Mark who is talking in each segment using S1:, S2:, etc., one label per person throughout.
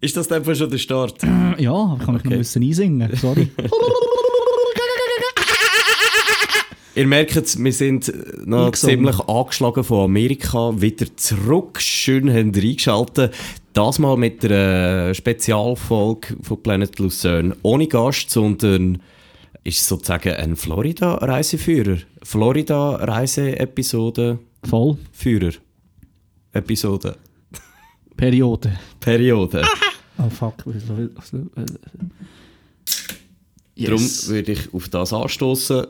S1: Ist das dann schon der Start?
S2: Ja, aber ich kann mich noch müssen einsingen. Sorry.
S1: Ihr merkt es, wir sind äh, noch
S2: Ungesungen.
S1: ziemlich angeschlagen von Amerika. Wieder zurück. Schön haben reingeschaltet. Das mal mit einer Spezialfolge von Planet Lucerne. Ohne Gast, sondern ist sozusagen ein Florida-Reiseführer. Florida-Reise-Episode.
S2: Voll.
S1: Führer. Episode.
S2: Periode.
S1: Periode.
S2: Oh fuck. Äh, Yes.
S1: Darum würde ich auf das anstoßen.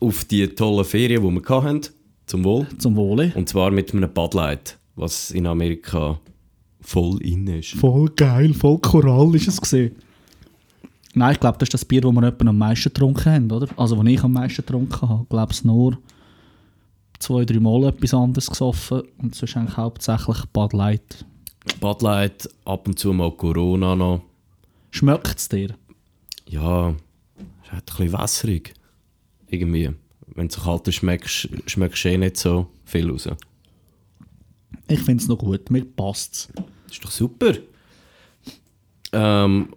S1: Auf die tollen Ferien, die wir hatten. Zum Wohl.
S2: Zum Wohle.
S1: Und zwar mit einem Bud Light, was in Amerika voll in ist.
S2: Voll geil, voll Korall ist es gesehen. Nein, ich glaube, das ist das Bier, das wir etwa am meisten getrunken haben, oder? Also, das ich am meisten getrunken habe. Ich glaube, es nur zwei, drei Mal etwas anderes gesoffen. Und sonst eigentlich hauptsächlich Bad Light.
S1: Bud Light, ab und zu mal Corona noch.
S2: Schmeckt es dir?
S1: Ja, ist halt ein bisschen wässrig. Irgendwie. Wenn du kalt ist, schmeckst schmeckst du eh nicht so viel raus.
S2: Ich finde es noch gut. Mir passt es.
S1: ist doch super. Ähm,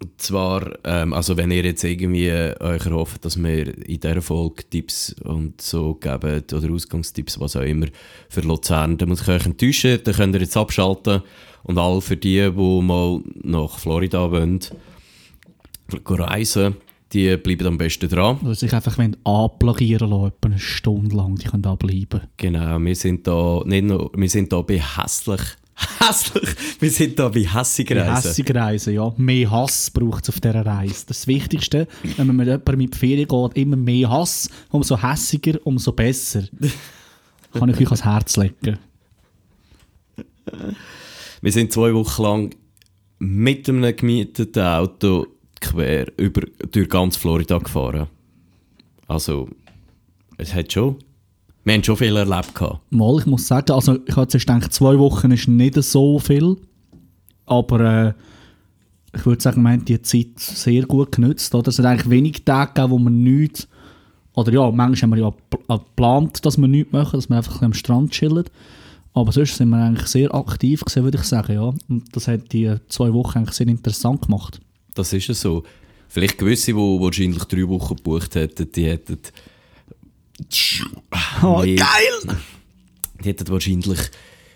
S1: und zwar, ähm, also wenn ihr jetzt irgendwie äh, euch erhofft, dass wir in dieser Folge Tipps und so geben oder Ausgangstipps, was auch immer, für Luzern, dann muss ich euch enttäuschen, dann könnt ihr jetzt abschalten. Und all für die, die mal nach Florida wollen, reisen, die bleiben am besten dran.
S2: Weil sich einfach wollen anplagieren lassen, etwa eine Stunde lang. Die können da bleiben.
S1: Genau, wir sind da nicht nur, wir sind da bei hässlich, hässlich, wir sind da bei hässiger Reisen.
S2: Hässige Reise, ja. Mehr Hass braucht es auf dieser Reise. Das Wichtigste, wenn man mit jemandem in die Ferien geht, immer mehr Hass, umso hässiger, umso besser. Kann ich euch ans Herz legen.
S1: Wir sind zwei Wochen lang mit einem gemieteten Auto quer über, durch ganz Florida gefahren. Also, es hat schon. Wir haben schon viel erlebt. Gehabt.
S2: Mal, ich muss sagen, also ich habe zuerst gedacht, zwei Wochen ist nicht so viel, aber äh, ich würde sagen, wir haben die Zeit sehr gut genutzt. Oder? Es hat eigentlich wenig Tage gegeben, wo man nichts, oder ja, manchmal haben wir ja pl- äh, geplant, dass wir nichts machen, dass wir einfach ein bisschen am Strand chillen, aber sonst sind wir eigentlich sehr aktiv gewesen, würde ich sagen, ja. Und das hat die zwei Wochen eigentlich sehr interessant gemacht.
S1: Das ist ja so. Vielleicht gewisse, die wahrscheinlich drei Wochen gebucht hätten, die hätten.
S2: Oh,
S1: mehr-
S2: geil!
S1: Die hätten wahrscheinlich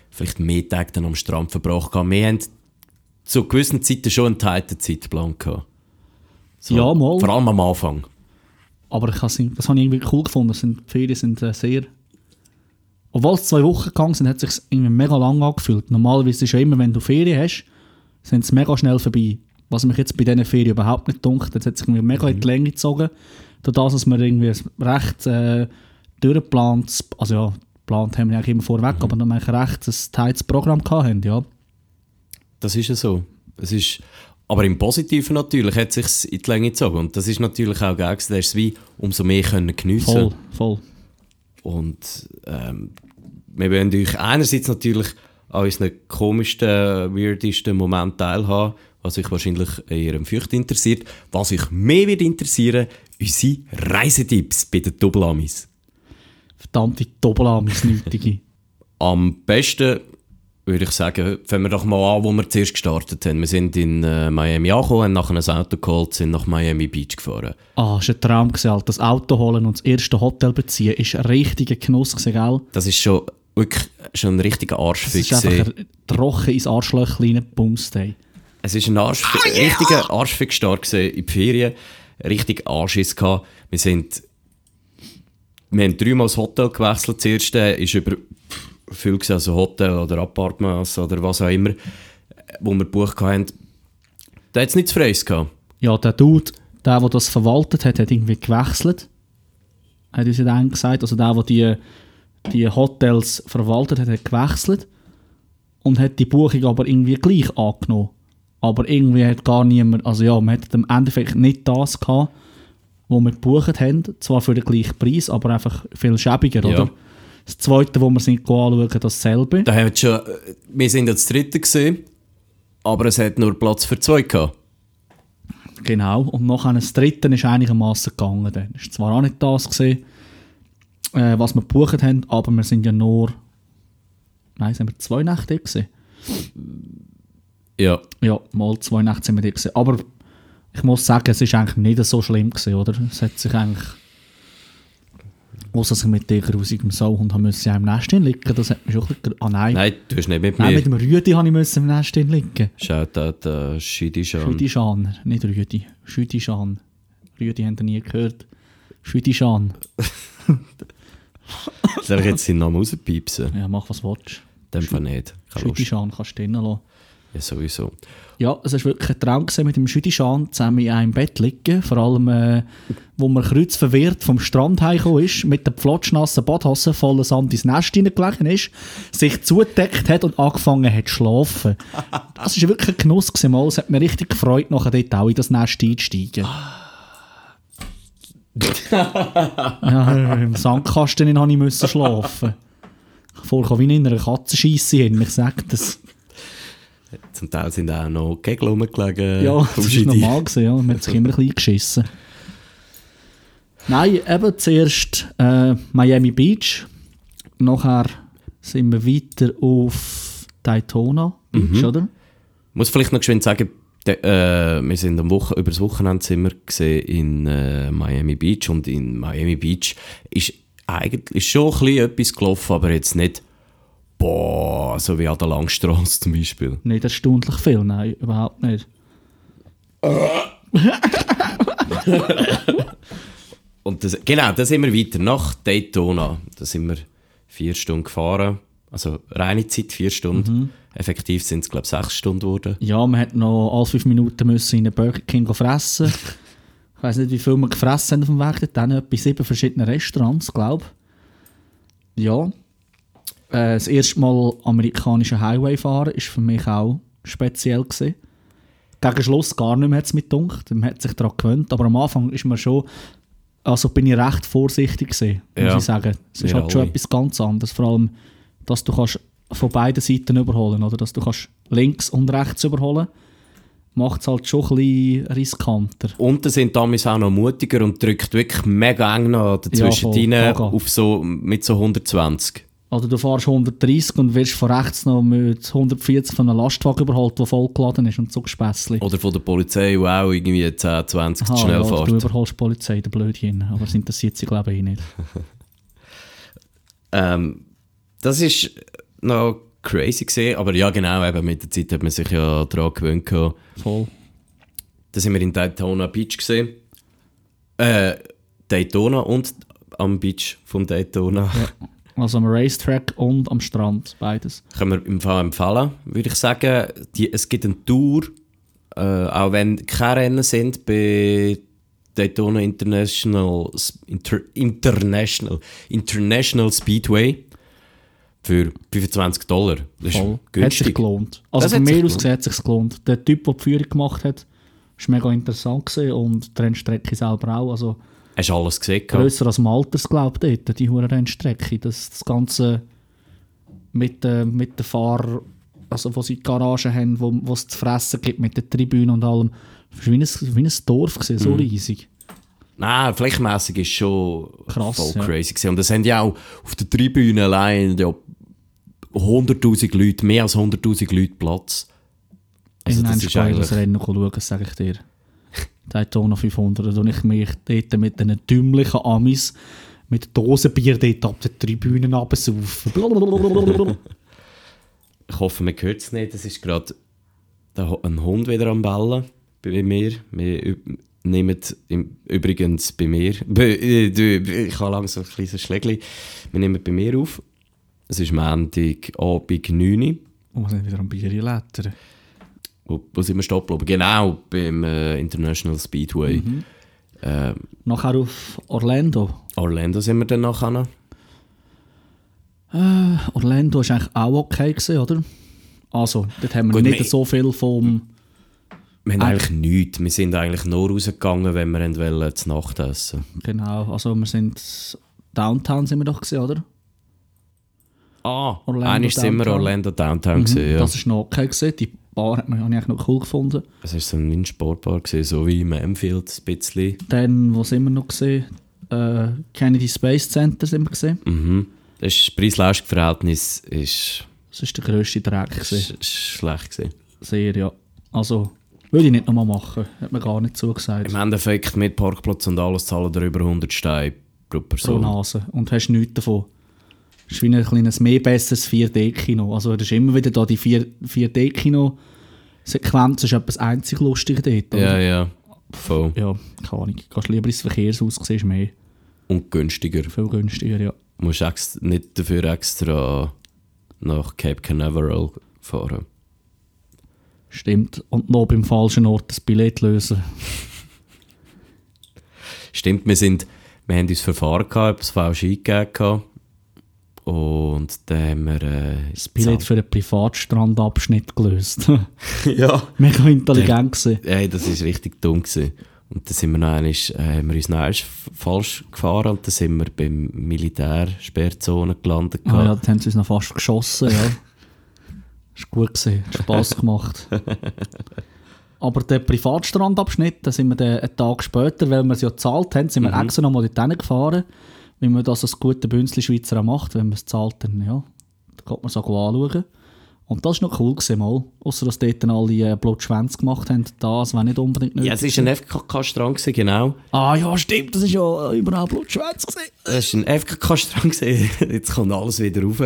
S1: vielleicht mehr Tage dann am Strand verbracht. Gehabt. Wir haben zu gewissen Zeiten schon einen tighten Zeitplan gehabt. So,
S2: Ja, mal.
S1: Vor allem am Anfang.
S2: Aber ich has- das habe ich irgendwie cool gefunden. Es Sind, die Ferien sind äh, sehr. Obwohl es zwei Wochen gegangen sind, hat es sich irgendwie mega lang angefühlt. Normalerweise ist ja immer, wenn du Ferien hast, sind sie mega schnell vorbei. Was mich jetzt bei diesen Ferien überhaupt nicht dunkt, das hat sich irgendwie mega in die Länge gezogen. Durch das, dass wir irgendwie ein recht äh, durchgeplant, also ja, geplant haben wir eigentlich immer vorweg, aber dann haben wir eigentlich recht ein teils Programm gehabt haben, ja.
S1: Das ist ja so. Es ist, aber im Positiven natürlich hat es sich in die Länge gezogen. Und das ist natürlich auch geil. gewesen. Da ist es wie umso mehr können geniessen
S2: Voll, voll.
S1: Und ähm, wir wollen euch einerseits natürlich an unseren komischsten, weirdesten Moment teilhaben, was euch wahrscheinlich eher im Fürcht interessiert. Was euch mehr wird interessieren, unsere Reisetipps bei den Doppelamis.
S2: Verdammte Doppelamis-Nötige.
S1: Am besten würde ich sagen, fangen wir doch mal an, wo wir zuerst gestartet haben. Wir sind in äh, Miami angekommen, haben nachher ein Auto geholt, sind nach Miami Beach gefahren.
S2: Ah, es war ein Traum. gewesen, Alter. Das Auto holen und das erste Hotel beziehen ist ein richtiger Genuss, gewesen, gell?
S1: Das ist schon wirklich schon ein richtiger
S2: Es ist
S1: Arschfick.
S2: einfach
S1: gewesen.
S2: ein trocken ins Arschlöch bumst ey.
S1: Es ist ein Arsch, richtiger Arschfickstart gewesen in die Ferien. Richtig Anschiss gehabt. Wir sind... Wir haben dreimal das Hotel gewechselt. Das erste ist über... Viel gewesen, also Hotel oder Apartments oder was auch immer, wo wir gebucht haben. Da hat es nichts Freies gehabt.
S2: Ja, der Dude, der, der das verwaltet hat, hat irgendwie gewechselt. Hat uns ja dann gesagt. Also der, der die, die Hotels verwaltet hat, hat gewechselt. Und hat die Buchung aber irgendwie gleich angenommen. Aber irgendwie hat gar niemand, also ja, man hat im Endeffekt nicht das gehabt, was wir gebucht haben. Zwar für den gleichen Preis, aber einfach viel schäbiger,
S1: Ja.
S2: oder? Das zweite, wo wir sind anschauen, dasselbe.
S1: Da haben wir schon, äh, wir sind jetzt dritte gesehen, aber es hat nur Platz für zwei gehabt.
S2: Genau. Und nachher das dritte ist einigermaßen gegangen. Dann ist zwar auch nicht das gewesen, äh, was wir gebucht haben, aber wir sind ja nur, nein, sind wir zwei Nächte dort gewesen.
S1: Ja.
S2: Ja, mal zwei Nächte sind wir dort gewesen. Aber ich muss sagen, es ist eigentlich nicht so schlimm gewesen, oder? Es hat sich eigentlich... Ausser dass ich mit dir raus im Sauhund haben müssen, ja im Nest liegen, das hat mich schon ein bisschen... Ah nein, nein,
S1: Nein, du hast nicht mit
S2: mit
S1: mir.
S2: dem Rüdi habe ich müssen im Nest liegen.
S1: Shoutout an Schiedischan.
S2: Schüdischan, nicht Rüdi. Schüdischan. Rüdi haben ihr nie gehört. Schüdischan.
S1: Soll ich jetzt seinen Namen rauspiepsen?
S2: Ja, mach was du willst.
S1: Dem Fall nicht. Keine Lust.
S2: Schüdischan kannst du drin lassen.
S1: Ja, sowieso.
S2: Ja, es war wirklich ein Traum, gewesen, mit dem Schüdischan zusammen in einem Bett liegen. Vor allem, äh, wo man kreuzverwirrt vom Strand heimgekommen ist, mit der platschnassen Badhose voller Sand ins Nest hineingelegen ist, sich zugedeckt hat und angefangen hat zu schlafen. Das war wirklich ein Genuss. Gewesen, mal. Es hat mich richtig gefreut, nachher dort auch in das Nest einzusteigen. ja, Im Sandkasten hin habe ich müssen schlafen. Ich vorkam wie in einer Katzenscheisse hin, ich sage das.
S1: Zum Teil sind auch noch Kegel rumgelegen.
S2: Ja,
S1: vom
S2: das war
S1: Schiedi.
S2: normal, gewesen, ja. man hat sich immer ein bisschen geschissen. Nein, eben zuerst äh, Miami Beach, nachher sind wir weiter auf Daytona Beach, oder?
S1: muss vielleicht noch geschwind sagen, de, äh, wir sind am Woche, übers Wochenende sind wir gesehen in äh, Miami Beach und in Miami Beach ist eigentlich ist schon ein bisschen etwas gelaufen, aber jetzt nicht boah, so wie an der Langstrasse zum Beispiel.
S2: Nicht erstaunlich viel, nein, überhaupt nicht.
S1: Und das, genau, da sind wir weiter nach Daytona. Da sind wir vier Stunden gefahren, also reine Zeit vier Stunden. Effektiv sind es glaube ich sechs Stunden geworden.
S2: Ja, man hat noch alle fünf Minuten müssen in den Burger King gehen fressen. ich weiß nicht, wie viel wir gefressen haben auf dem Weg, dann etwa sieben verschiedene Restaurants, glaube ich. Ja. Äh, das erste Mal amerikanischen Highway fahren ist für mich auch speziell gewesen. Gegen Schluss gar nicht mehr hat es mich gedunkt. Man hat sich daran gewöhnt, aber am Anfang ist man schon... Also bin ich recht vorsichtig gewesen, muss
S1: Ja.
S2: ich sagen. Es ist
S1: Ja,
S2: halt schon
S1: ui.
S2: etwas ganz anderes. Vor allem, dass du kannst von beiden Seiten überholen oder dass du kannst links und rechts überholen macht es halt schon ein bisschen riskanter.
S1: Und da sind damals auch noch mutiger und drückt wirklich mega eng noch dazwischen
S2: voll,
S1: rein
S2: mega.
S1: auf so, mit so 120.
S2: Oder Also, du fährst 130 und wirst von rechts noch mit 140 von einem Lastwagen überholt, der vollgeladen ist und so Gespässli.
S1: Oder von der Polizei, die auch irgendwie 10, 20 zu
S2: Aha,
S1: schnell
S2: ja,
S1: fährt.
S2: Du überholst die Polizei, der Blödchen. Aber das interessiert sie, glaube ich, eh nicht.
S1: Ähm, das ist noch crazy gesehen, aber ja genau, eben mit der Zeit hat man sich ja daran gewöhnt. gehabt.
S2: Voll.
S1: Da sind wir in Daytona Beach gesehen. Äh, Daytona und am Beach vom Daytona.
S2: Also am Racetrack und am Strand, beides.
S1: Können wir im Fall empfehlen, würde ich sagen. Die, es gibt eine Tour, äh, auch wenn keine Rennen sind, bei Daytona International, S- Inter, International, International Speedway für 25 Dollar. Das ist
S2: Voll. Hat sich
S1: günstig.
S2: gelohnt. Also
S1: Das
S2: von
S1: hat sich
S2: mir aus
S1: gelohnt.
S2: gesehen hat es sich gelohnt. Der Typ, der die Führung gemacht hat, war mega interessant gewesen und die Rennstrecke selber auch. Also
S1: Hast du alles gesehen? gehabt?
S2: grösser als Malters, glaube ich, dort, die hure Rennstrecke. Das, das Ganze mit, äh, mit den Fahrern, also wo sie die Garagen haben, wo wo es zu fressen gibt, mit der Tribüne und allem. Das war wie ein, wie ein Dorf, gewesen,
S1: Mhm.
S2: so riesig.
S1: Nein, flächenmässig ist schon
S2: Krass,
S1: voll
S2: ja.
S1: crazy gewesen. Und das haben ja auch auf der Tribüne allein ja 100'000 Leute, mehr als 100'000 Leute Platz. Also
S2: in
S1: das
S2: einem Spiel
S1: ist
S2: das
S1: eigentlich...
S2: Rennen schauen, sage ich dir. Daytona 500, und ich mich dort mit diesen dümmlichen Amis mit Dosenbier dort ab der Tribüne runtersaufen. Blablabla.
S1: Ich hoffe, man hört es nicht. Es ist gerade der Ho- ein Hund wieder am Bellen bei mir. Wir üb- nehmen im, übrigens bei mir. Bei- äh, du- Ich habe langsam ein kleines Schlägli. Wir nehmen bei mir auf. Es ist Montag, Abend 9 Uhr.
S2: Und wir sind wieder am Bier lättern.
S1: Wo, wo sind wir stehen geblieben? Genau, beim äh, International Speedway.
S2: Mhm.
S1: Ähm,
S2: Nachher auf Orlando.
S1: Orlando sind wir dann nachher.
S2: Orlando war eigentlich auch okay, gewesen, oder? Also, dort haben wir
S1: Gut,
S2: nicht
S1: wir-
S2: so viel vom...
S1: Wir haben eigentlich nichts. Wir sind eigentlich nur rausgegangen, wenn wir wollen, zu Nacht essen
S2: Genau, also wir sind... Downtown sind wir doch, gewesen, oder?
S1: Ah,
S2: Orlando
S1: einmal sind wir
S2: Downtown. Mhm.
S1: Orlando Downtown. Gewesen, ja.
S2: Das war noch okay. Gewesen. Die Bar hat man habe ich eigentlich noch cool gefunden.
S1: Es war so ein Sportbar, gewesen, so wie im Enfield ein bisschen.
S2: Dann, wo sind wir noch gesehen? Äh, Kennedy Space Center sind wir gesehen.
S1: Mhm. Das ist- Preis-Leistung-Verhältnis ist
S2: Das war der grösste Dreck.
S1: Sch
S2: gewesen.
S1: schlecht gesehen.
S2: Sehr, ja. Also, würde ich nicht nochmal machen. Hat mir gar nicht zugesagt.
S1: Im Endeffekt mit Parkplatz und alles zahlen da über 100 Steine pro
S2: Pro
S1: Person.
S2: Nase. Und hast nichts davon. Das ist wie ein kleines, mehr besseres 4D-Kino. Also, das ist immer wieder da die 4 4D-Kino-Sequenz. ist etwas einzig lustig dort. oder?
S1: ja, ja. Voll.
S2: ja, keine Ahnung. Gehst lieber ins Verkehrshaus, siehst mehr.
S1: Und günstiger.
S2: Viel günstiger, ja.
S1: musst ex nicht dafür extra nach Cape Canaveral fahren.
S2: Stimmt. Und noch beim falschen Ort das Billett lösen.
S1: Stimmt, wir, sind, wir haben uns verfahren, gehabt, etwas falsch eingegeben. gehabt. Und dann haben wir. Äh,
S2: Das Billett für einen Privatstrandabschnitt gelöst.
S1: Ja.
S2: Mega intelligent gewesen.
S1: Ey, das war richtig dumm. Gewesen. Und dann sind wir, noch einmal, äh, haben wir uns noch einmal f- falsch gefahren und dann sind wir beim Militärsperrzone gelandet.
S2: Ah ja,
S1: gehabt.
S2: das haben sie uns noch fast geschossen, ja. Ist gut gewesen, hat Spass gemacht. Aber der Privatstrandabschnitt, da sind wir dann einen Tag später, weil wir es ja gezahlt haben, sind wir
S1: Mhm.
S2: extra nochmal dorthin gefahren, wie man das als guter Bünzli-Schweizer auch macht, wenn man es zahlt, dann ja, dann kann man es auch anschauen. Und das war noch cool gewesen, mal. Ausser, dass dort dann alle äh, Blutschwänze gemacht haben, das wäre nicht unbedingt nötig.
S1: ja, es war ein FKK-Strand, gewesen, genau.
S2: Ah ja, stimmt, das war ja äh, überall Blutschwänze. gewesen.
S1: Das war ein FKK-Strang. Jetzt kommt alles wieder rauf.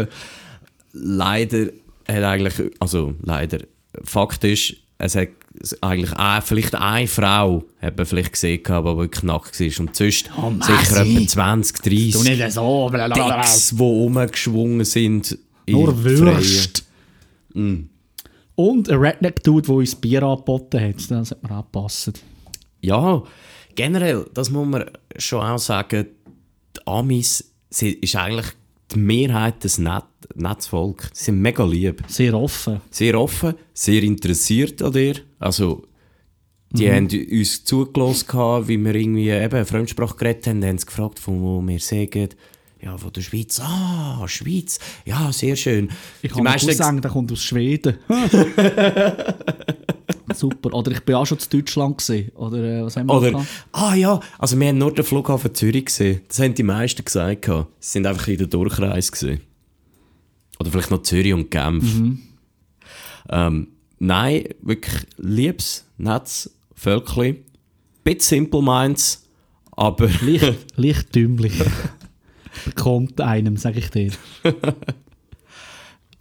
S1: Leider hat eigentlich, also leider, Fakt ist, es hat eigentlich ein, vielleicht eine Frau hat man vielleicht gesehen, gehabt, die wirklich nackt war. Und sonst
S2: Oh, Messi.
S1: sicher etwa 20, 30
S2: so, blablabla.
S1: Dicks, die rumgeschwungen sind. in
S2: Nur
S1: Freien.
S2: Würst. Mm. Und ein Redneck-Dude, der uns Bier angeboten hat. Das hat man angepasst.
S1: Ja, generell, das muss man schon auch sagen, die Amis sie ist eigentlich die Mehrheit des Net nettes Volk. Sie sind mega lieb.
S2: Sehr offen.
S1: sehr offen, sehr interessiert an dir. Also,
S2: Mhm.
S1: die haben uns zugelassen, gehabt, wie wir irgendwie eben eine Fremdsprache geredet haben, haben sie gefragt, von wo wir sagen. Ja, von der Schweiz. Ah, Schweiz. Ja, sehr schön.
S2: Ich kann nicht sagen, der kommt aus Schweden. Super. Oder ich bin auch schon zu Deutschland. Gewesen. Oder äh, was haben wir
S1: Oder,
S2: gehabt?
S1: ah ja, also wir haben nur den Flughafen Zürich gesehen. Das haben die meisten gesagt. gehabt. Sie sind einfach in der Durchreise gesehen. Oder vielleicht noch Zürich und Genf. Ähm, nein, wirklich liebes, nettes Völkli. Bit simple minds, aber
S2: Leicht, leicht dümmlich. Bekommt einem, sage ich dir.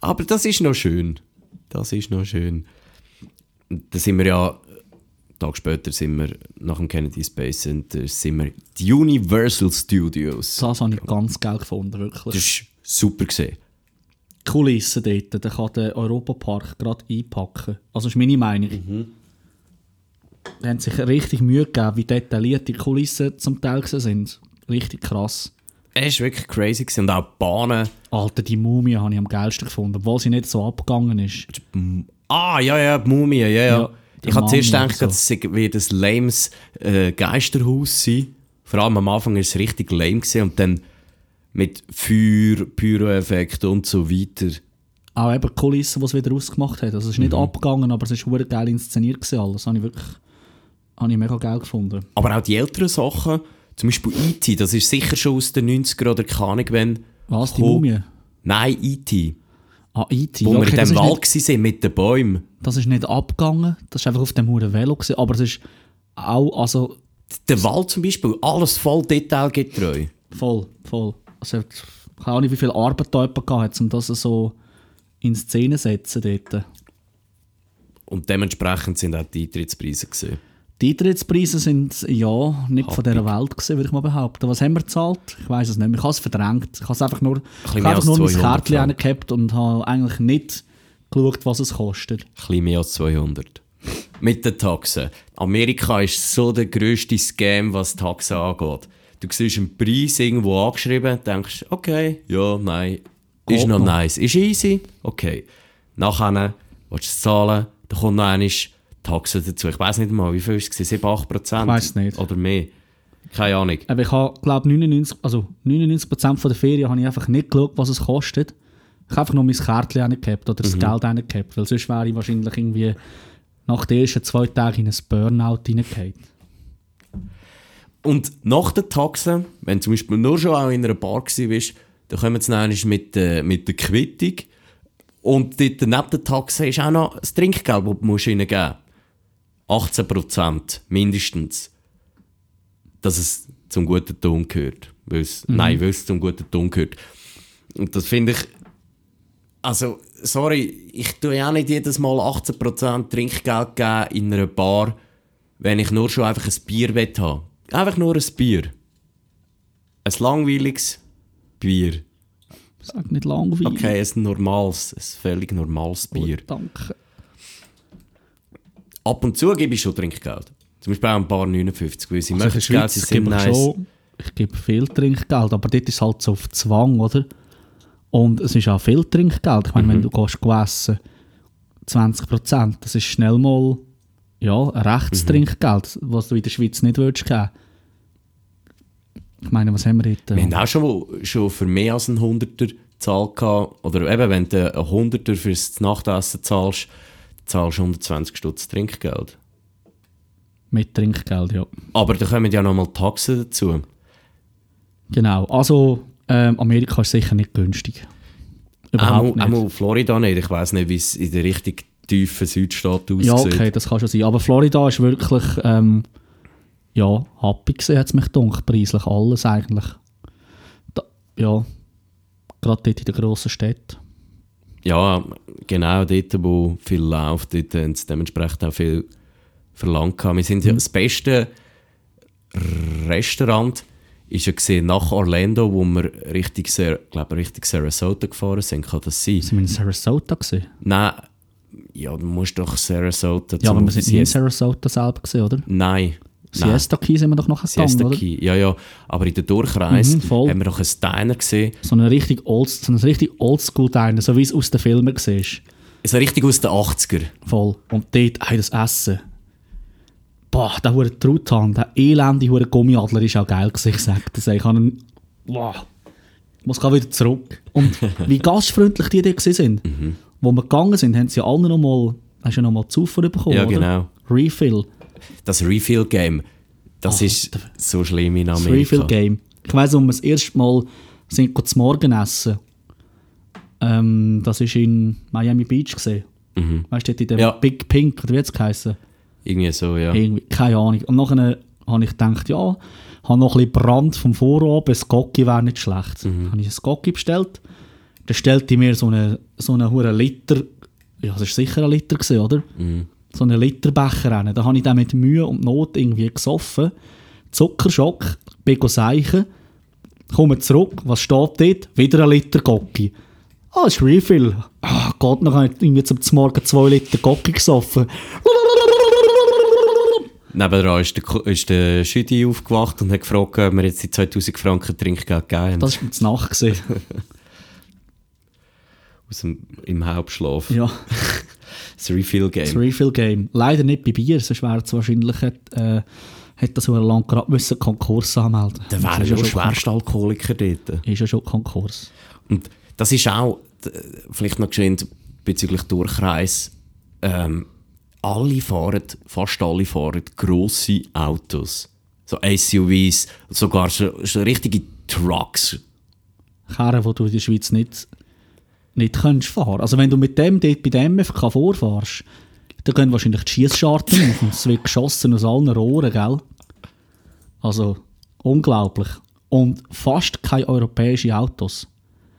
S1: Aber das ist noch schön. Das ist noch schön. Da sind wir ja, einen Tag später sind wir nach dem Kennedy Space Center, sind wir die Universal Studios.
S2: Das habe ich ganz geil gefunden, wirklich.
S1: Das ist super gesehen.
S2: Die Kulissen dort, da kann der Europapark gerade einpacken. Also ist meine Meinung. Die haben sich richtig Mühe gegeben, wie detailliert die Kulissen zum Teil gewesen sind. Richtig krass.
S1: Es war wirklich crazy gewesen. und auch die Bahnen.
S2: Alter, die Mumie habe ich am geilsten gefunden, obwohl sie nicht so abgegangen ist.
S1: Ah, ja, ja, die Mumie, ja, ja.
S2: Ja, die
S1: ich habe zuerst
S2: Mumie und
S1: gedacht,
S2: so.
S1: das wird ein lames äh, Geisterhaus sein. Vor allem am Anfang war es richtig lame gewesen. und dann mit Feuer, Pyroeffekten und so weiter.
S2: Auch eben die Kulissen, die es wieder ausgemacht hat. Also es ist
S1: Mhm.
S2: nicht abgegangen, aber es ist verdammt geil inszeniert gewesen alles. Habe ich wirklich habe ich mega geil gefunden.
S1: Aber auch die älteren Sachen, zum Beispiel E.T., das ist sicher schon aus den 90er oder keine Ahnung, wenn.
S2: Was, die
S1: Komm.
S2: Mumie?
S1: Nein, E.T.,
S2: Ah, IT.
S1: wo wir in
S2: das,
S1: dem
S2: ist
S1: Wald
S2: nicht,
S1: waren mit den Bäumen.
S2: das ist nicht abgegangen, das ist einfach auf dem Huren Velo gewesen, aber es ist auch, also
S1: Der Wald zum Beispiel, alles voll detailgetreu.
S2: Voll, voll. Also, ich weiß auch nicht, wie viel Arbeit da jemand gehabt hat, um das so in Szene zu setzen dort.
S1: Und dementsprechend sind auch die Eintrittspreise gesehen.
S2: Die Eintrittspreise sind ja nicht von dieser Welt gewesen, würde ich mal behaupten. Was haben wir gezahlt? Ich weiß es nicht. mehr. Ich habe es verdrängt. Ich habe es einfach nur, ich
S1: mehr
S2: habe einfach
S1: als
S2: nur mein
S1: 200
S2: Kärtchen
S1: Franken.
S2: reingehabt und habe eigentlich nicht geschaut, was es kostet.
S1: Ein bisschen mehr als 200. Mit den Taxen. Amerika ist so der grösste Scam, was Taxen angeht. Du siehst einen Preis irgendwo angeschrieben, denkst, okay, ja, nein, ist
S2: Geht
S1: noch
S2: noch.
S1: nice, ist easy, okay. Nachher willst du es zahlen, dann kommt noch einmal Taxen dazu. Ich weiß nicht mal, wie viel war es? 7, 8 Prozent?
S2: Weiss nicht.
S1: Oder mehr. Keine Ahnung.
S2: Aber ich habe, glaube 99, also 99% von der Ferien habe ich einfach nicht geschaut, was es kostet. Ich habe einfach nur mein Kärtchen reingehabt oder das Geld reingehabt, weil sonst wäre ich wahrscheinlich irgendwie nach den ersten zwei Tagen in ein Burnout reingehabt.
S1: Und nach den Taxen, wenn du zum Beispiel nur schon auch in einer Bar gewesen bist, dann kommen sie dann einmal mit, äh, mit der Quittung Und dort neben der Taxe ist auch noch das Trinkgeld, das du musst ihnen geben musst. 18% mindestens. Dass es zum guten Ton gehört. Weil's, Nein, weil es zum guten Ton gehört. Und das finde ich. Also, sorry, ich tue ja auch nicht jedes Mal 18% Trinkgeld geben in einer Bar, wenn ich nur schon einfach ein Bier will haben. Einfach nur ein Bier. Ein langweiliges Bier.
S2: Sag nicht langweilig.
S1: Okay, ein normales, ein völlig normales Bier.
S2: Gut, danke.
S1: Ab und zu gebe ich schon Trinkgeld. Zum Beispiel auch ein paar 59, weil
S2: Also
S1: sie
S2: in der
S1: möchten Geld,
S2: Schweiz
S1: sie
S2: ich
S1: sind
S2: gebe ich
S1: nice.
S2: schon, ich gebe viel Trinkgeld, aber dort ist es halt so auf Zwang, oder? Und es ist auch viel Trinkgeld. Ich meine,
S1: Mhm.
S2: wenn du gehst essen, 20%, das ist schnell mal ja, ein rechtes Trinkgeld,
S1: Mhm.
S2: was du in der Schweiz nicht würdest geben. Ich meine, was haben wir äh, dort?
S1: Wir haben auch schon, schon für mehr als einen Hunderter gezahlt. gehabt. Oder eben, wenn du einen Hunderter fürs Nachtessen zahlst, zahlst du 120 Stutz Trinkgeld.
S2: Mit Trinkgeld, ja.
S1: Aber da kommen ja nochmal Taxen dazu.
S2: Genau. Also, ähm, Amerika ist sicher nicht günstig.
S1: Auch
S2: Überhaupt nicht.
S1: auch Florida nicht. Ich weiß nicht, wie es in der richtig tiefen Südstaat aussieht.
S2: Ja, okay, das kann schon sein. Aber Florida ist wirklich, ähm, ja, happy gewesen, hat es mich gedacht, preislich alles eigentlich. Da, ja, gerade dort in der grossen Stadt.
S1: Ja, genau dort, wo viel läuft, dort haben sie dementsprechend auch viel verlangt. gehabt. Wir
S2: Mhm.
S1: sind ja das beste Restaurant ist ja gesehen nach Orlando, wo wir richtig, Sar glaub, richtig Sarasota gefahren sind. Kann das sein?
S2: Sind wir in Sarasota gewesen?
S1: Nein, ja, du musst doch Sarasota
S2: Ja, aber
S1: zum
S2: wir sind nie in
S1: Siesta-
S2: Sarasota selber gewesen, oder?
S1: Nein. Nein.
S2: Siesta Key sind wir doch nachher gegangen,
S1: Siesta
S2: oder?
S1: Key. Ja, ja. Aber in der Durchreise
S2: Mhm, voll.
S1: haben wir noch einen Steiner gesehen.
S2: So einen richtig old, so einen richtig oldschool Diner, so wie es aus den Filmen war.
S1: So richtig aus den 80er.
S2: Voll. Und dort, hey, das Essen. Boah, der hure Truthahn, der elende hure Gummiadler ist auch geil gewesen, ich sag das. ey. Ich habe einen, boah, ich muss gerade wieder zurück. Und wie gastfreundlich die dort gewesen sind.
S1: Mhm.
S2: Wo wir gegangen sind, haben sie ja alle nochmal, hast du ja nochmal Zufall bekommen,
S1: Ja,
S2: oder?
S1: genau.
S2: Refill.
S1: Das Refill Game, das ist so schlimm in
S2: Das
S1: Amerika.
S2: Refill Game. Ich weiss, wo wir das erste Mal sind zum Morgenessen. Ähm, das war in Miami Beach. Gewesen. Weißt du, dort in dem
S1: Ja.
S2: Big Pink, oder wie hat es geheißen?
S1: Mhm. Irgendwie so, ja.
S2: Irgendwie, keine Ahnung. Und nachher habe ich gedacht, ja, habe noch ein bisschen Brand vom Vorabend, ein Gocki wäre nicht schlecht. habe ich ein Gocki bestellt. Dann stellte ich mir so einen so eine hohen Liter, ja, das war sicher ein Liter, gewesen, oder? So einen Literbecher rein. Da habe ich dann mit Mühe und Not irgendwie gesoffen. Zuckerschock, bin go seichen, komme zurück, was steht dort? Wieder ein Liter Gocki. Ah, ist Refill. Ah, Gott, noch habe ich irgendwie zum Morgen zwei Liter Gocki gesoffen.
S1: Nebenan ist der, Ko- ist der Schüdi aufgewacht und hat gefragt, ob wir jetzt die 2000 Franken Trinkgeld gegeben haben.
S2: Das war mir zu Nacht. gewesen.
S1: Aus dem, Im Hauptschlaf.
S2: Ja,
S1: Das Refill
S2: das
S1: Game.
S2: Refill Game. Leider nicht bei Bier, sonst wäre es wahrscheinlich, äh, hätte das Huren lang gerade müssen Konkurs anmelden
S1: Da wären
S2: Ist
S1: schon Schwerstalkoholiker dort.
S2: Ist ja schon Konkurs.
S1: Und das ist auch, d- vielleicht noch geschwind bezüglich Durchreis, ähm, alle fahren, fast alle fahren grosse Autos. So SUVs, sogar so, so richtige Trucks.
S2: Karren, die du in der Schweiz nicht, nicht könntest fahren Also wenn du mit dem dort bei dem FK vorfährst, dann gehen wahrscheinlich die Schiessscharten auf und es wird geschossen aus allen Rohren, gell? Also, unglaublich. Und fast keine europäischen Autos.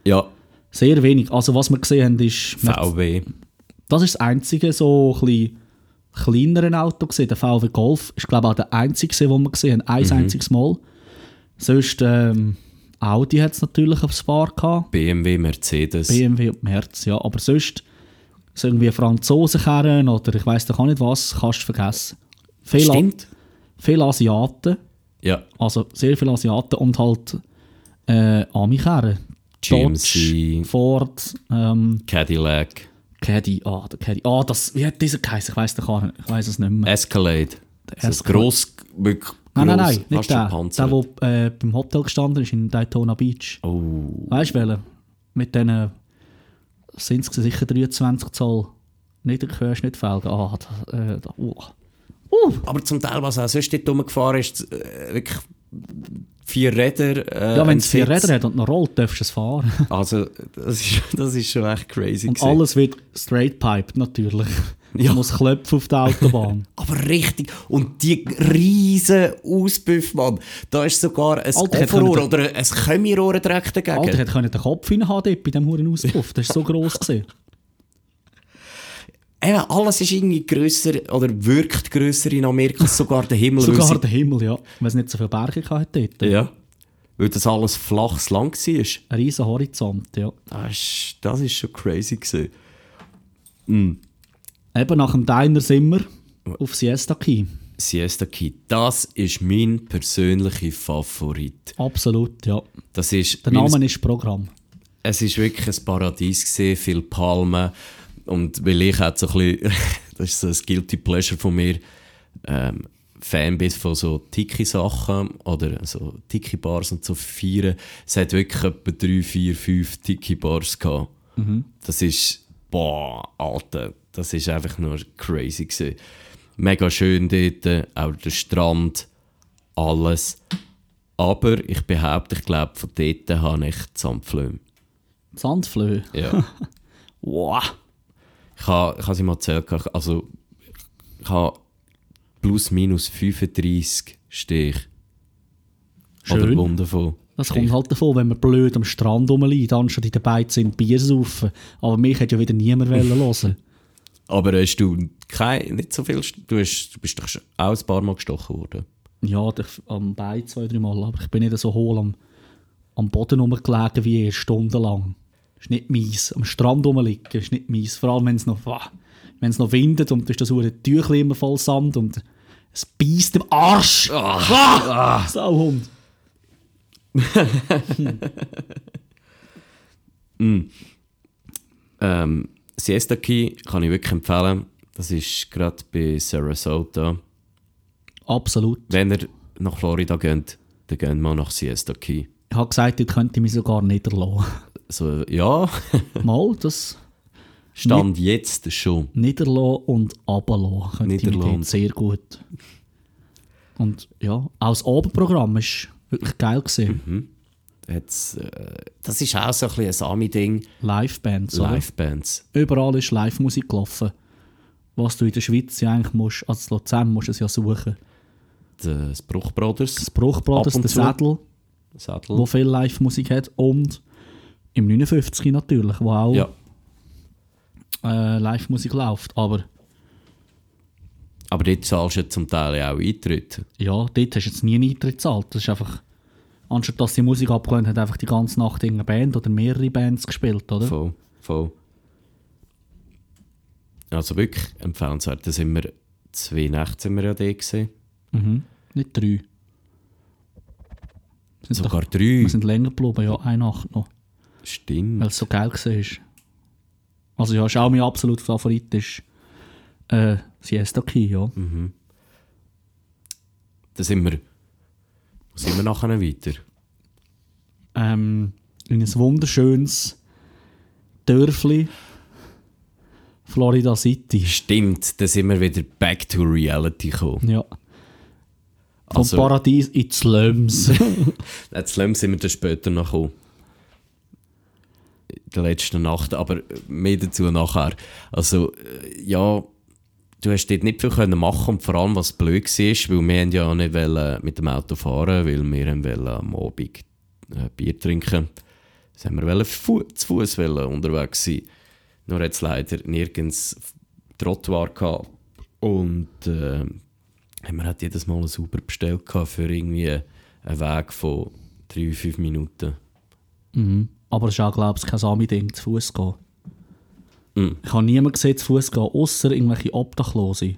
S1: Ja,
S2: Sehr wenig. Also was wir gesehen haben, ist...
S1: VW.
S2: Das ist das einzige so ein kleinere Auto gewesen. Der VW Golf ist glaube ich auch der einzige, den wir gesehen haben. Ein einziges Mal. Sonst ähm, Audi hat es natürlich aufs Fahr gehabt.
S1: BMW, Mercedes.
S2: BMW und Merz, ja. Aber sonst so irgendwie Franzosenkerren oder ich weiß doch auch nicht was, kannst du vergessen. Viel, A-
S1: Stimmt.
S2: viel Asiaten,
S1: Ja.
S2: also sehr viele Asiaten und halt äh, Ami-Kerren.
S1: GMC.
S2: Dodge, Ford, ähm,
S1: Cadillac.
S2: Caddy, ah, der Caddy. Ah, das, wie hat dieser geheißen? Ich weiß den gar nicht, ich weiß es nicht
S1: Äh,
S2: mehr.
S1: Escalade.
S2: Der
S1: Das gross, wirklich
S2: nein, nein, nein,
S1: gross,
S2: nicht
S1: fast schon
S2: der.
S1: Panzer.
S2: Der, der äh, beim Hotel gestanden ist in Daytona Beach.
S1: oh,
S2: Weißt du welchen? Mit diesen, sind es sicher 23 Zoll Niederquerschnittfelgen. Ah, das, äh, da, uh. Uh,
S1: Aber zum Teil, was auch sonst dort rumgefahren ist, äh, wirklich vier Räder. Äh,
S2: Ja, wenn
S1: einen
S2: es vier
S1: Sitz.
S2: Räder hat und noch rollt, darfst du es fahren.
S1: Also, das ist, das ist schon echt crazy.
S2: Und
S1: gewesen.
S2: alles wird straight piped, natürlich.
S1: Ja.
S2: Man muss klopfen auf der Autobahn.
S1: Aber richtig. Und die riesen Auspuff, Mann. Da ist sogar ein
S2: Alter, hätte
S1: Offerrohr
S2: können-
S1: oder ein Kömmirohr direkt dagegen.
S2: Alter, hätte können den Kopf reinhaben dort bei diesem Huren Auspuff. Das war so gross. Gewesen.
S1: Eben, alles ist irgendwie grösser oder wirkt grösser in Amerika, als sogar der Himmel. weil
S2: Sogar
S1: sie-
S2: der Himmel, ja. Weil es nicht so viele Berge hatte dort.
S1: Ja. Weil das alles flaches Land war.
S2: Ein riesen Horizont, ja.
S1: Das ist, das ist schon crazy. Gewesen.
S2: Eben nach dem Diner sind wir auf Siesta Key.
S1: Siesta Key, das ist mein persönlicher Favorit.
S2: Absolut, ja.
S1: Das ist,
S2: Der
S1: weil
S2: Name ist Programm.
S1: es, es ist wirklich ein Paradies gesehen, viele Palmen und weil ich halt so ein bisschen, das ist so ein guilty pleasure von mir, ähm, Fan bist von so Tiki-Sachen oder so Tiki-Bars und so feiern. Es hat wirklich etwa drei, vier, fünf Tiki-Bars gehabt. Das ist, boah, Alter, das ist einfach nur crazy gewesen. Mega schön dort, äh, auch der Strand, alles. Aber ich behaupte, ich glaube, von dort habe ich Zampflöhm.
S2: Sandflöhe.
S1: Ja.
S2: Wow.
S1: ich habe ich habe es ihm erzählt, gehabt, also ich habe plus minus 35 Stich. Oder
S2: Schön.
S1: wundervoll.
S2: Das kommt halt davon, wenn wir blöd am Strand rumliegt, anstatt in den Beizen Bier saufen. Aber mich hätte ja wieder niemand wollen hören.
S1: Aber hast du kein, nicht so viel, St- du, hast, du bist doch schon auch ein paar Mal gestochen worden.
S2: Ja, ich, am Bein zwei, drei Mal, aber ich bin nicht so hohl am, am Boden rumgelegen wie er, stundenlang. Ist nicht meins. Am Strand rumliegen ist nicht meins. Vor allem, wenn es noch, wah, wenn es noch windet und ist das hure Tüchli immer voll Sand und es beißt im Arsch. Ah, Sauhund.
S1: Ähm, Siesta Key kann ich wirklich empfehlen. Das ist gerade bei Sarasota.
S2: Absolut.
S1: Wenn ihr nach Florida geht, dann geht mal nach Siesta Key.
S2: Ich habe gesagt, dort könnte ich mich sogar niederlassen.
S1: So, ja,
S2: Mal, das
S1: stand jetzt schon.
S2: niederlassen und runterlassen könnte ich mich
S1: Niederlassen.
S2: dort sehr gut. Und ja, auch das Abendprogramm ist wirklich geil gewesen.
S1: Mhm. Jetzt, äh, das ist auch so ein bisschen ein Sami-Ding.
S2: Live-Bands, oder?
S1: Live-Bands.
S2: Überall ist Live-Musik gelaufen. Was du in der Schweiz ja eigentlich musst, als Luzern musst du es ja suchen.
S1: äh, Das Bruch Brothers.
S2: Das Bruchbrot
S1: Ab und
S2: der
S1: zu. Mhm.
S2: Sädel,
S1: Sattel.
S2: wo viel Live-Musik hat und im 59 natürlich, wo auch
S1: Ja.
S2: äh, Live-Musik läuft. Aber
S1: Aber dort zahlst du ja zum Teil auch Eintritt.
S2: ja, dort hast du jetzt nie einen Eintritt gezahlt. Das ist einfach, anstatt dass die Musik abgelehnt hat, einfach die ganze Nacht irgendeine Band oder mehrere Bands gespielt, oder?
S1: Voll. Voll. Also wirklich empfehlenswert. Da sind wir zwei Nächte sind wir ja da gewesen.
S2: Nicht drei. Sind doch,
S1: Sogar drei.
S2: wir sind länger geblieben, ja, eine Nacht noch.
S1: Stimmt.
S2: weil es so geil war. Also ja, ist auch mein absoluter Favorit ist äh, Siesta Key, ja.
S1: Da sind wir. Wo sind wir nachher weiter?
S2: Ähm, in ein wunderschönes Dörfli Florida City.
S1: Stimmt, da sind wir wieder back to reality gekommen.
S2: Ja. Vom
S1: Also-
S2: Paradies in die Slums.
S1: Jetzt Slum sind wir dann später noch gekommen. In der letzten Nacht, aber mehr dazu nachher. Also, äh, ja, du hast dort nicht viel können machen und vor allem, was blöd war, weil wir haben ja nicht wollen mit dem Auto fahren weil wir haben wollen am Abend äh, Bier trinken. Das haben wir wollen fu zu Fuß wollen unterwegs sein. Nur hat es leider nirgends Trottoir gehabt. Und äh, haben wir halt jedes Mal einen Uber bestellt gehabt für irgendwie einen Weg von 3-5 Minuten.
S2: mhm. Aber es ist auch, glaube ich, kein Sami-Ding, zu Fuß gehen. Ich habe niemanden gesehen, zu Fuß gehen, außer irgendwelche Obdachlose.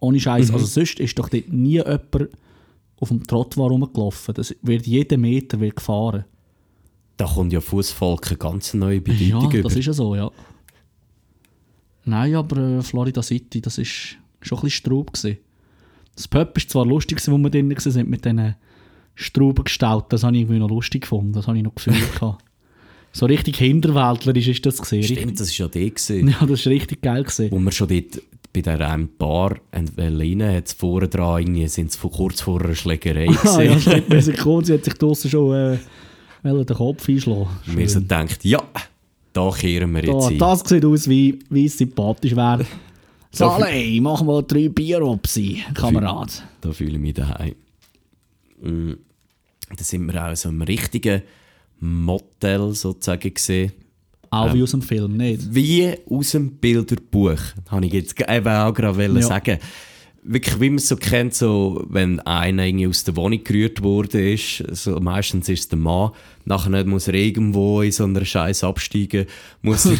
S2: Ohne Scheiß. Also sonst ist doch dort nie jemand auf dem Trottoir rumgelaufen. Das wird jeden Meter wird gefahren.
S1: Da kommt ja Fußvolk eine ganz neue
S2: Ja,
S1: Bedeutung
S2: das ist ja so, ja. Nein, aber äh, Florida City, das ist schon ein bisschen Straub gewesen. Das Pub war zwar lustig, gewesen, wo wir drinnen gewesen sind mit diesen Strauben gestalten. Das habe ich irgendwie noch lustig gefunden. Das habe ich noch gefühlt. gehabt. so richtig hinterwäldlerisch ist das gewesen.
S1: Stimmt, das war ja der, gewesen,
S2: Ja, das war richtig geil. Gewesen.
S1: wo wir schon dort bei der einem Bar und Veline hat es vorne dran, irgendwie sind es kurz vor einer Schlägerei
S2: Ah,
S1: gewesen.
S2: Wir sind kurz, sie hat sich draußen schon äh, wollen den Kopf einschlagen.
S1: Wir sind gedacht, ja, da kehren wir jetzt
S2: Da,
S1: hin.
S2: das sieht aus, wie, wie es sympathisch wäre. Saleh, mach mal drei Bier Opsi, Kamerad.
S1: Da fühle ich mich daheim. Mm. Da sind wir auch so im richtigen Motel sozusagen gesehen.
S2: Auch wie aus dem Film, nicht?
S1: Wie aus dem Bilderbuch, habe ich jetzt eben auch gerade wollen
S2: Ja.
S1: sagen. Wirklich, wie man es so kennt, so, wenn einer irgendwie aus der Wohnung gerührt worden ist, so, meistens ist es der Mann, nachher muss er irgendwo in so einer Scheiß absteigen, muss er,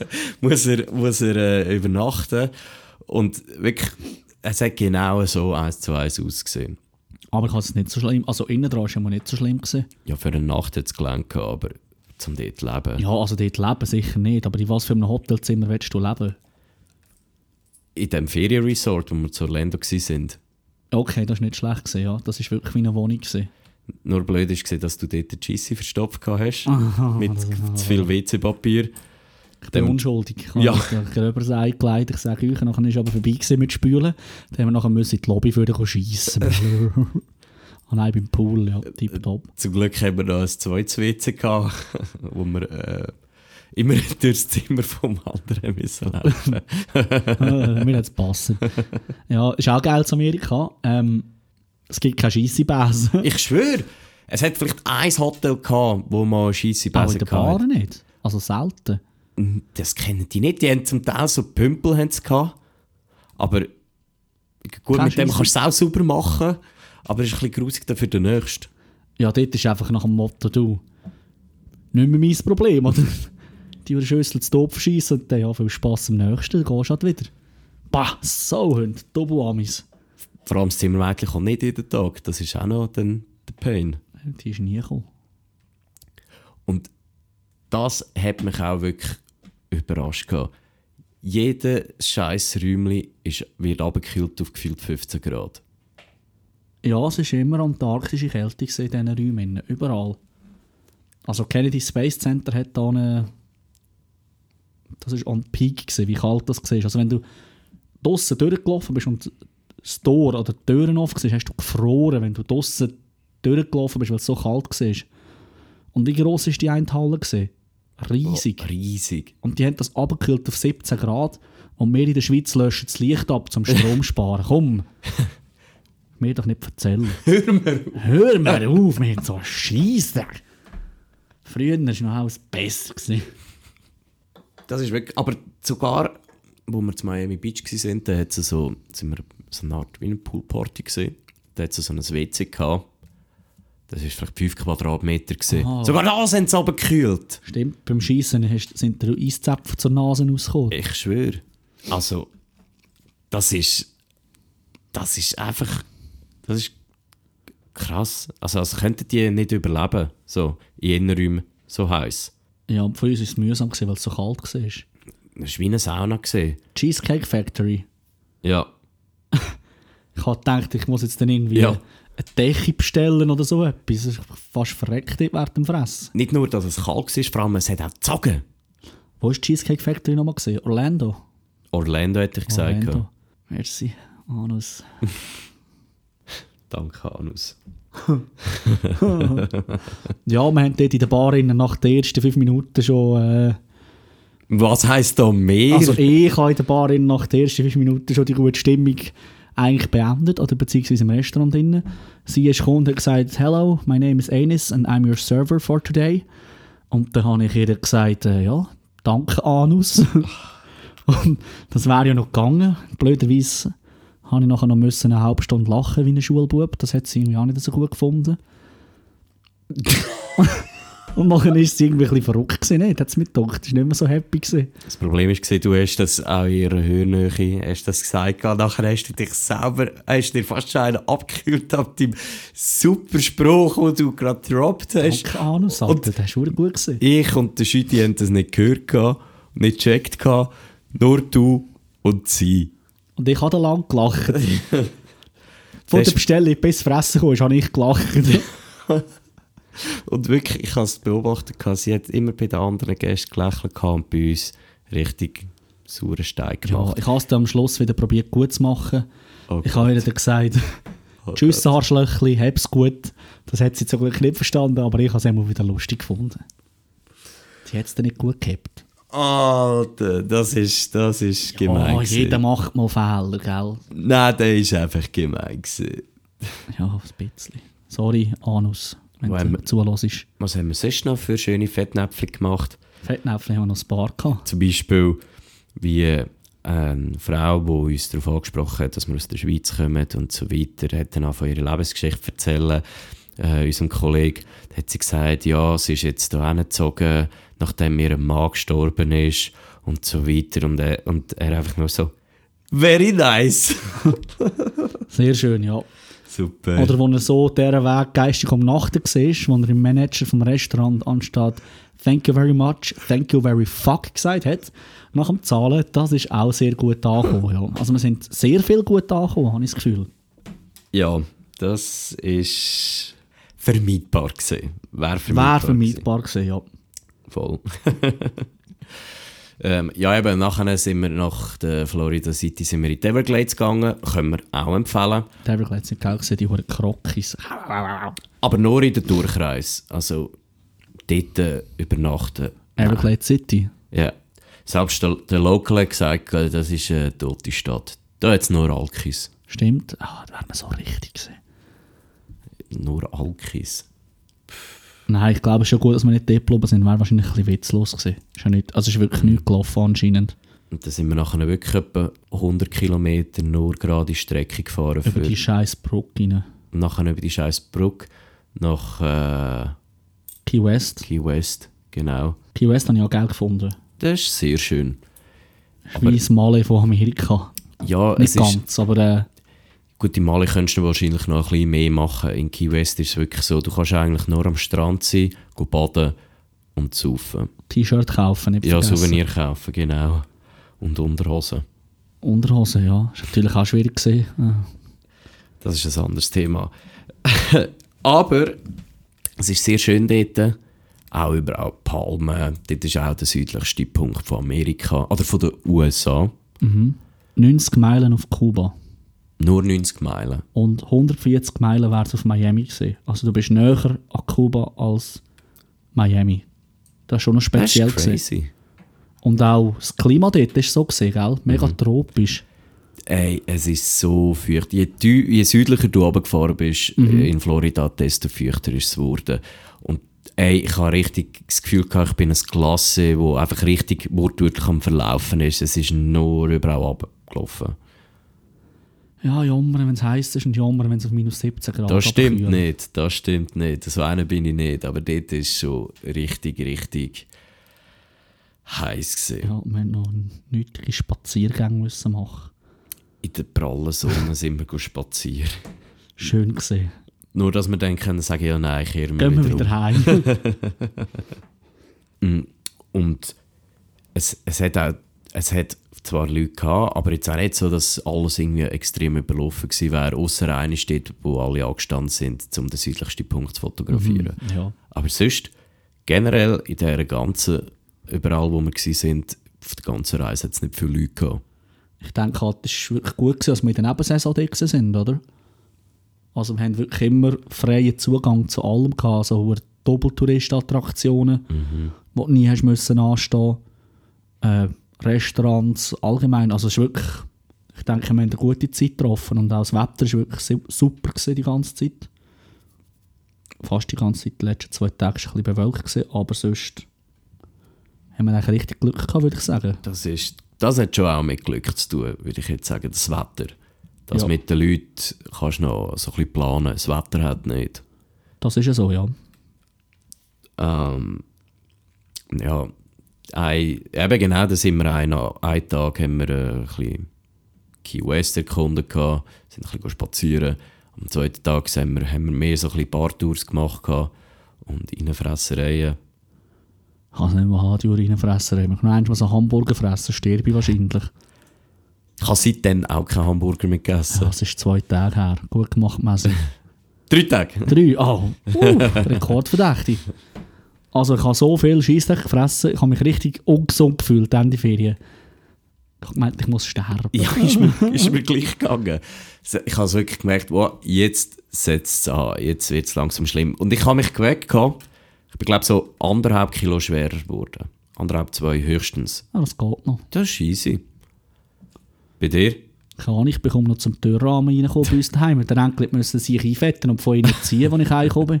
S1: muss er, muss er äh, übernachten. Und wirklich, es hat genau so eins zu eins ausgesehen.
S2: Aber ich habe es nicht so schlimm. Also innen dran war es ja mal nicht so schlimm. Gewesen.
S1: Ja, für eine Nacht hat es gelangt, aber zum dort zu leben.
S2: Ja, also dort leben sicher nicht. Aber in was für einem Hotelzimmer willst du leben?
S1: In dem Ferienresort, wo wir zu Orlando waren,
S2: Okay, das war nicht schlecht, gewesen, ja. Das war wirklich wie eine Wohnung. Gewesen.
S1: Nur blöd war, dass du dort den Gissi verstopft gehabt hast. mit zu viel WC-Papier.
S2: Ich bin
S1: Dem-
S2: unschuldig. Ich habe
S1: Ja.
S2: mich da gröber das Ei gelegt. Ich sage euch, nachher war es aber vorbei gewesen mit Spülen. Dann haben wir nachher müssen in die Lobby für schiessen. Ah nein, beim Pool, ja, tipptopp.
S1: Zum Glück haben wir noch ein zweites WC gehabt, wo wir äh, immer durchs Zimmer vom anderen müssen laufen.
S2: Äh, mir hat es passen. Ja, ist auch geil zu Amerika. Ähm, es gibt keine Scheissebäse.
S1: ich schwöre, es hat vielleicht ein Hotel gehabt, wo man eine scheisse
S2: Auch in
S1: Bäse
S2: der
S1: gehabt
S2: Bar
S1: hat.
S2: nicht. Also selten.
S1: Das kennen die nicht. Die haben zum Teil so Pümpel haben sie gehabt. Aber gut,
S2: Keine
S1: mit dem
S2: Scheisse.
S1: kannst du es auch sauber machen. Aber es ist ein bisschen grusig dann für den Nächsten.
S2: Ja, dort ist einfach nach dem Motto, du, nicht mehr mein Problem, oder? Die eine Schüssel zu Topf schießen und dann, ja, viel Spass am nächsten, dann gehst du halt wieder. Bah, so Hund, Dobu-Amis.
S1: Vor allem das Zimmermädchen kommt nicht jeden Tag. Das ist auch noch dann der Pain.
S2: Die ist nie gekommen.
S1: Und das hat mich auch wirklich überrascht. Gehabt. Jeder scheiß Räumchen ist, wird abgekühlt auf gefühlt 15 Grad.
S2: Ja, es war immer antarktische Kälte gewesen in diesen Räumen, überall. Also Kennedy Space Center hat da eine... Das war on peak, gewesen, wie kalt das war. Also wenn du draussen durchgelaufen bist und das Tor oder die Türen offen waren, hast du gefroren, wenn du draussen durchgelaufen bist, weil es so kalt war. Und wie gross war die eine Halle? Gewesen? Riesig.
S1: Oh, riesig.
S2: Und die haben das abgekühlt auf 17 Grad. Und wir in der Schweiz löschen das Licht ab, zum Strom sparen. Komm! mir doch nicht erzählen. Hör mir auf! Hör mir auf, wir haben so Scheisse. Früher war noch alles besser. gewesen.
S1: Das ist wirklich, aber sogar, wo wir zu Miami Beach waren, da hat es so, sind wir so eine Art wie eine Poolparty gesehen. Da hat es so ein WC gehabt. Das war vielleicht 5 Quadratmeter. Gewesen.
S2: Aha.
S1: Sogar das haben sie abgekühlt.
S2: Stimmt, beim Schießen hast- sind dir Eiszäpfe zur Nase rausgekommen.
S1: Ich schwöre. Also, das ist. Das ist einfach. Das ist krass. Also, also könnten die nicht überleben, so in Innenräumen, so heiß.
S2: Ja, und für uns war es mühsam, gewesen, weil es so kalt war.
S1: Das war wie eine Sauna. Gewesen.
S2: Cheesecake Factory.
S1: Ja.
S2: Ich habe gedacht, ich muss jetzt dann irgendwie
S1: Ja.
S2: eine Decke bestellen oder so etwas. Ich bin fast verreckt dort während dem Fressen.
S1: Nicht nur, dass es kalt war, vor allem, es hat auch gezogen.
S2: Wo war die Cheesecake Factory nochmal? gewesen? Orlando?
S1: Orlando hätte ich gesagt.
S2: Orlando. Merci, Anus.
S1: Danke, Anus.
S2: Ja, wir haben dort in der Bar innen nach den ersten fünf Minuten schon... Äh,
S1: Was heisst da mehr?
S2: also ich habe in der Bar innen nach den ersten fünf Minuten schon die gute Stimmung eigentlich beendet, oder beziehungsweise im Restaurant innen. Sie ist gekommen und hat gesagt, «Hello, my name is Anis and I'm your server for today.» Und dann habe ich ihr gesagt, äh, «Ja, danke, Anus.» Und das wäre ja noch gegangen. Blöderweise habe ich nachher noch müssen eine halbe Stunde lachen wie ein Schulbub. Das hat sie irgendwie auch nicht so gut gefunden. Und nachher ist sie irgendwie ein bisschen verrückt gewesen. Nein, hat es mir gedacht. Sie war nicht mehr so happy. Gewesen.
S1: Das Problem war, du hast das auch in ihrer Hörnähe hast das gesagt. gehabt. Nachher hast du dich selber, hast dir fast schon einen abgekühlt ab deinem super Spruch, den du gerade gedroppt hast.
S2: Danke, Anus, Alter. Das war verdammt gut. Gewesen.
S1: Ich und der Schütti haben das nicht gehört, gehabt, nicht gecheckt. gehabt. Nur du und sie.
S2: Und ich habe da lang gelacht. Von
S1: Das
S2: der
S1: ist-
S2: Bestellung bis fressen kam, habe ich gelacht.
S1: Und wirklich, ich habe es beobachtet, gehabt, sie hat immer bei den anderen Gästen gelächelt gehabt und bei uns richtig sauren Steig
S2: Ja,
S1: gemacht.
S2: ich habe es dann am Schluss wieder probiert gut zu machen.
S1: Oh
S2: ich habe ihr dann gesagt, tschüss Arschlöchli, hab's gut. Das hat sie zum Glück nicht verstanden, aber ich habe es immer wieder lustig gefunden. Sie hat es dann nicht gut gehabt.
S1: Alter, das ist, das ist gemein.
S2: oh,
S1: gewesen.
S2: jeder macht mal Fehler, gell?
S1: Nein, der ist einfach gemein. gewesen.
S2: Ja, ein bisschen. Sorry, Anus, wenn
S1: Wenn
S2: du
S1: wir-
S2: zulässt.
S1: Was haben wir sonst noch für schöne Fettnäpfchen gemacht?
S2: Fettnäpfchen haben wir noch ein paar gehabt.
S1: Zum Beispiel wie eine Frau, die uns darauf angesprochen hat, dass wir aus der Schweiz kommen und so weiter, hat dann von ihrer Lebensgeschichte erzählen, äh, unserem Kollegen, da hat sie gesagt, ja, sie ist jetzt hier hingezogen, nachdem ihr Mann gestorben ist und so weiter und er, und er einfach nur so, very nice.
S2: Sehr schön, ja.
S1: Super.
S2: Oder wo er so deren Weg geistig um Nachten war, wo er im Manager vom Restaurant anstatt Thank you very much, thank you very fuck gesagt hat, nach dem Zahlen, das ist auch sehr gut angekommen. Ja. Also wir sind sehr viel gut angekommen, habe ich das Gefühl.
S1: ja, das ist vermeidbar gewesen. Wäre vermeidbar
S2: Wäre
S1: gewesen.
S2: vermeidbar gewesen, ja.
S1: Voll. ähm, ja, eben, nachher sind wir nach der Florida City sind wir in die Everglades gegangen. Können wir auch empfehlen.
S2: Die Everglades sind geil gewesen, die hohen Krokis.
S1: Aber nur in den Durchreis. Also dort äh, übernachten.
S2: Everglades City.
S1: Ja. Selbst der, der Local hat gesagt, äh, das ist eine tote Stadt. Da hat es nur Alkis.
S2: Stimmt? Ah, da wäre man so richtig gewesen.
S1: Nur Alkis.
S2: Nein, ich glaube es ist schon gut, dass wir nicht dort geblieben sind. Wäre wahrscheinlich ein bisschen witzlos gewesen. Ist ja nicht, also es ist wirklich nichts gelaufen anscheinend.
S1: Und da sind wir nachher wirklich etwa 100 Kilometer nur gerade Strecke gefahren.
S2: Über
S1: für-
S2: die scheiß Brücke rein.
S1: Und nachher über die scheiß Brücke nach äh,
S2: Key West.
S1: Key West. Genau.
S2: Key West habe ich auch geil gefunden.
S1: Das ist sehr schön.
S2: Schweiz Male von Amerika.
S1: Ja,
S2: Nicht
S1: es ist,
S2: ganz, aber äh,
S1: gut, im Mali könntest du wahrscheinlich noch ein bisschen mehr machen. In Key West ist es wirklich so, du kannst eigentlich nur am Strand sein, go baden und saufen.
S2: T-Shirt kaufen, nicht
S1: Ja,
S2: vergessen.
S1: Souvenir kaufen, genau. Und Unterhosen.
S2: Unterhose, ja. Ist natürlich auch schwierig gewesen. Äh,
S1: Das ist ein anderes Thema. Aber es ist sehr schön dort. Auch überall Palmen. Dort ist auch der südlichste Punkt von Amerika oder von den USA.
S2: 90 Meilen auf Kuba
S1: Nur 90 Meilen.
S2: und 140 Meilen wären es auf Miami gewesen. Also du bist näher an Kuba als Miami. Das ist schon noch
S1: Das
S2: speziell
S1: ist
S2: gewesen.
S1: crazy.
S2: Und auch das Klima dort ist so gewesen, gell? Mega
S1: Mhm.
S2: tropisch.
S1: Ey, es ist so feucht. Je, dü- je südlicher du runtergefahren bist äh, in Florida, desto feuchter ist es geworden. Und ey, ich habe richtig das Gefühl gehabt, ich bin ein Klasse, wo einfach richtig wortwörtlich am Verlaufen ist. Es ist nur überall abgelaufen.
S2: Ja, jammern, wenn es heiß ist und jammern, wenn es auf minus 17 Grad
S1: Das stimmt
S2: abkühlt.
S1: nicht, das stimmt nicht. So einer bin ich nicht, aber dort ist schon richtig, richtig heiß gesehen.
S2: Ja, wir haben noch nötige Spaziergänge müssen machen.
S1: In der prallen Sonne sind wir go spazieren.
S2: Schön gesehen.
S1: Nur, dass wir dann können sagen, ja nein, ich kehre mich
S2: Gehen wir
S1: wieder um.
S2: wieder heim.
S1: Und es, es, hat auch, es hat zwar Leute gehabt, aber jetzt auch nicht so, dass alles irgendwie extrem überlaufen gewesen wäre, außer einer steht, wo alle angestanden sind, um den südlichsten Punkt zu fotografieren.
S2: ja.
S1: Aber sonst, generell in dieser ganzen, überall wo wir waren, auf der ganzen Reise hat es nicht viele Leute gehabt.
S2: Ich denke halt, es war wirklich gut, gewesen, dass wir in der Nebensaison dort gewesen sind, oder? Also wir haben wirklich immer freien Zugang zu allem gehabt, also hohe Doppeltouristattraktionen, wo du nie hast müssen anstehen, äh, Restaurants, allgemein, also es ist wirklich, ich denke, wir haben eine gute Zeit getroffen und auch das Wetter war wirklich su- super gewesen die ganze Zeit. Fast die ganze Zeit, die letzten zwei Tage war es ein bisschen bewölkt, gewesen, aber sonst haben wir eigentlich richtig Glück gehabt, würde ich sagen.
S1: Das, ist, das hat schon auch mit Glück zu tun, würde ich jetzt sagen, das Wetter. Das
S2: Ja.
S1: mit den Leuten kannst du noch so ein bisschen planen, das Wetter hat nicht.
S2: Das ist ja so, ja.
S1: Ähm, ja, ein, eben genau, da sind wir einen, einen Tag haben wir äh, ein bisschen Key West erkundet, gehabt, sind ein bisschen spazieren. Am zweiten Tag sind wir, haben wir mehr so ein bisschen Bartours gemacht gehabt und Innenfressereien.
S2: Ich kann es nicht mehr haben, die Urine fressen. Wenn ich noch einmal so einen Hamburger fressen, sterbe ich wahrscheinlich.
S1: Ich habe seitdem auch keinen Hamburger mehr gegessen.
S2: Das ist zwei Tage her. Gut gemacht, Messi.
S1: Drei Tage.
S2: Drei. Oh, uh, Rekordverdächtig. Also ich habe so viel Scheissdreck gefressen, ich habe mich richtig ungesund gefühlt Ende Ferien. Ich hab gemeint, ich muss sterben.
S1: Ja, ist mir, ist mir gleich gegangen. Ich habe wirklich gemerkt, wow, jetzt setzt es an, jetzt wird es langsam schlimm. Und ich habe mich geweckt, gehabt. ich bin glaube so anderthalb Kilo schwerer geworden. Anderthalb, zwei höchstens.
S2: Ah, das geht noch.
S1: Das ist easy. Bei dir?
S2: Keine Ahnung, ich bekomme noch zum Türrahmen reinkommen bei uns daheim. Der Enkel musste sich einfetten und von ihnen ziehen, als ich heimgekommen bin.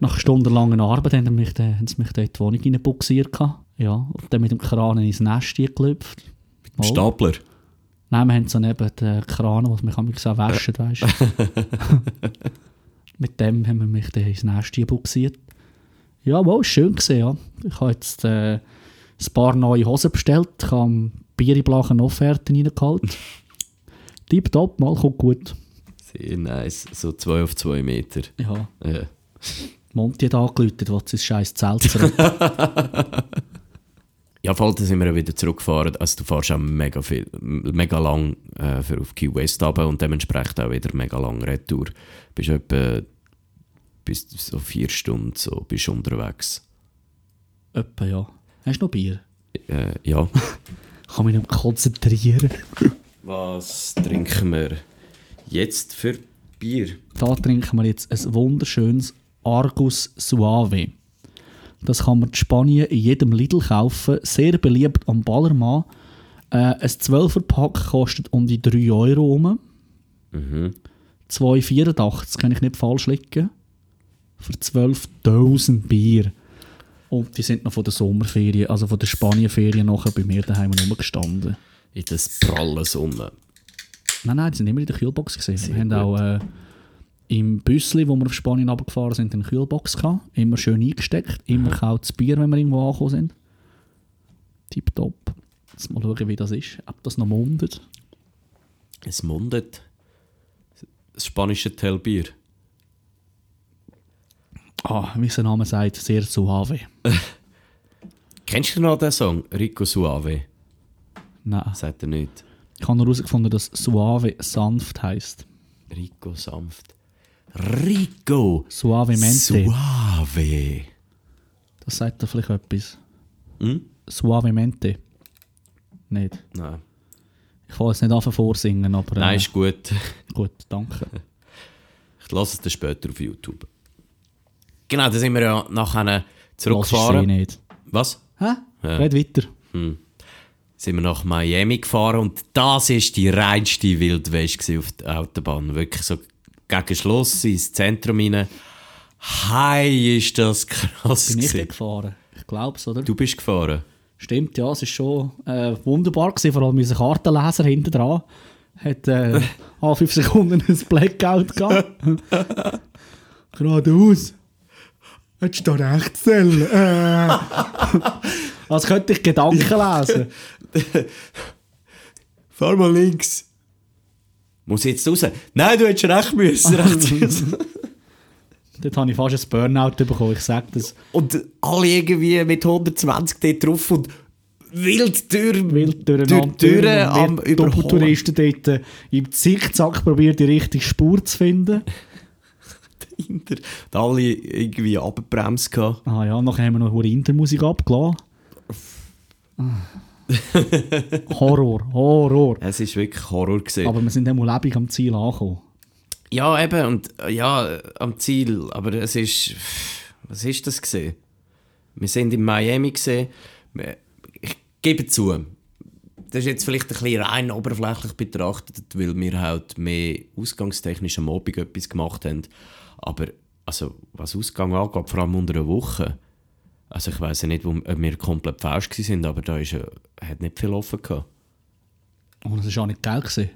S2: Nach stundenlanger Arbeit haben sie mich, da- haben sie mich da in die Wohnung reinbuxiert. gehabt. Ja, und dann mit dem Kran ins Nest gelüpft. Oh.
S1: Im Stapler?
S2: Nein, wir haben so neben den Kran, wo man mich so waschen kann, weißt du. Mit dem haben wir mich dann ins Nest buxiert. Ja, war schön gesehen, ja. Ich habe jetzt äh, ein paar neue Hosen bestellt, ich habe am Bieriblachen Offerten reingeholt. Deep top, mal kommt gut.
S1: Sehr nice. So zwei auf zwei Meter.
S2: Ja,
S1: Ja.
S2: Monty hat angeläutet, will sein scheiß Zelt zurück.
S1: Ja, voll, dann sind wir ja wieder zurückgefahren. Also du fährst auch mega viel, mega lang äh, für auf Key West runter und dementsprechend auch wieder mega lang Retour. Bist etwa bis so vier Stunden so, bist unterwegs.
S2: Etwa, ja. Hast du noch Bier?
S1: Äh, ja.
S2: Ich kann mich nicht mehr konzentrieren.
S1: Was trinken wir jetzt für Bier?
S2: Da trinken wir jetzt ein wunderschönes Argus Suave. Das kann man in Spanien in jedem Lidl kaufen. Sehr beliebt am Ballermann. Äh, ein 12er-Pack kostet um die 3 Euro rum. 2,84 kann ich nicht falsch liegen. Für 12.000 Bier. Und die sind noch von der Sommerferien, also von der Spanienferien nachher bei mir daheim rumgestanden.
S1: In das pralle Sonne.
S2: Nein, nein, die sind immer in der Kühlbox gesehen. Wir haben auch äh, im Büssli, wo wir auf Spanien abgefahren sind, eine Kühlbox gehabt. Immer schön eingesteckt, immer kaltes Bier, wenn wir irgendwo angekommen sind. Tipptopp. Jetzt mal schauen, wie das ist. Ob das noch mundet.
S1: Es mundet. Das spanische Telbier.
S2: Ah, wie sein Name sagt, sehr suave.
S1: Kennst du noch den Song? Rico Suave.
S2: Nein.
S1: Sagt er nicht.
S2: Ich habe nur herausgefunden, dass suave sanft heisst.
S1: Rico sanft. Rico!
S2: Suavemente.
S1: Suave.
S2: das sagt dir vielleicht etwas.
S1: Hm?
S2: Suavemente. Nicht.
S1: Nein.
S2: Ich kann es nicht anfangen vorsingen, aber... äh,
S1: Nein, ist gut.
S2: Gut, danke.
S1: Ich lasse es dann später auf YouTube. Genau, da sind wir ja nachher
S2: Lass es sie
S1: zurückgefahren.
S2: nicht.
S1: Was?
S2: Hä? Red weiter.
S1: Sind wir nach Miami gefahren und das ist die reinste Wildwest gewesen auf der Autobahn. Wirklich so gegen Schluss ins Zentrum rein. Hi, ist das krass
S2: Bin ich
S1: gewesen.
S2: nicht gefahren? Ich glaube es, oder?
S1: Du bist gefahren.
S2: Stimmt, ja, es ist schon äh, wunderbar gewesen, vor allem unser Kartenleser hinten dran. Hat äh, alle fünf Sekunden ein Blackout gehabt. Geradeaus. Hättest du da rechts sollen? Äh. Als Also könnte ich Gedanken lesen.
S1: Fahr mal links. Muss ich jetzt raus? Nein, du hättest recht müssen. rechts.
S2: Dort habe ich fast ein Burnout bekommen, ich sage das.
S1: und alle irgendwie mit 120 dort drauf und wild durch,
S2: Wild
S1: durch
S2: durcheinander.
S1: die Türen am Überholen.
S2: Doppeltouristen dort äh, im Zickzack probiert, die richtige Spur zu finden.
S1: Inter. Da alle irgendwie abgebremst. gehabt.
S2: Ah ja, nachher haben wir noch eine Intermusik abgelassen. Ah. Horror, Horror.
S1: Es war wirklich Horror. Gewesen.
S2: Aber wir sind dann mal lebendig am Ziel angekommen.
S1: ja, eben, und äh, ja, äh, am Ziel. Aber es ist. Was ist das? Gewesen? Wir sind in Miami. Gewesen. Wir- Ich gebe zu, das ist jetzt vielleicht ein bisschen rein oberflächlich betrachtet, weil wir halt mehr ausgangstechnisch am Abend etwas gemacht haben. Aber also, was Ausgang angeht, vor allem unter einer Woche, also ich weiß ja nicht, wo, ob wir komplett falsch waren, aber da ist, äh, hat nicht viel offen gehabt.
S2: Und es war auch nicht geil. Gewesen.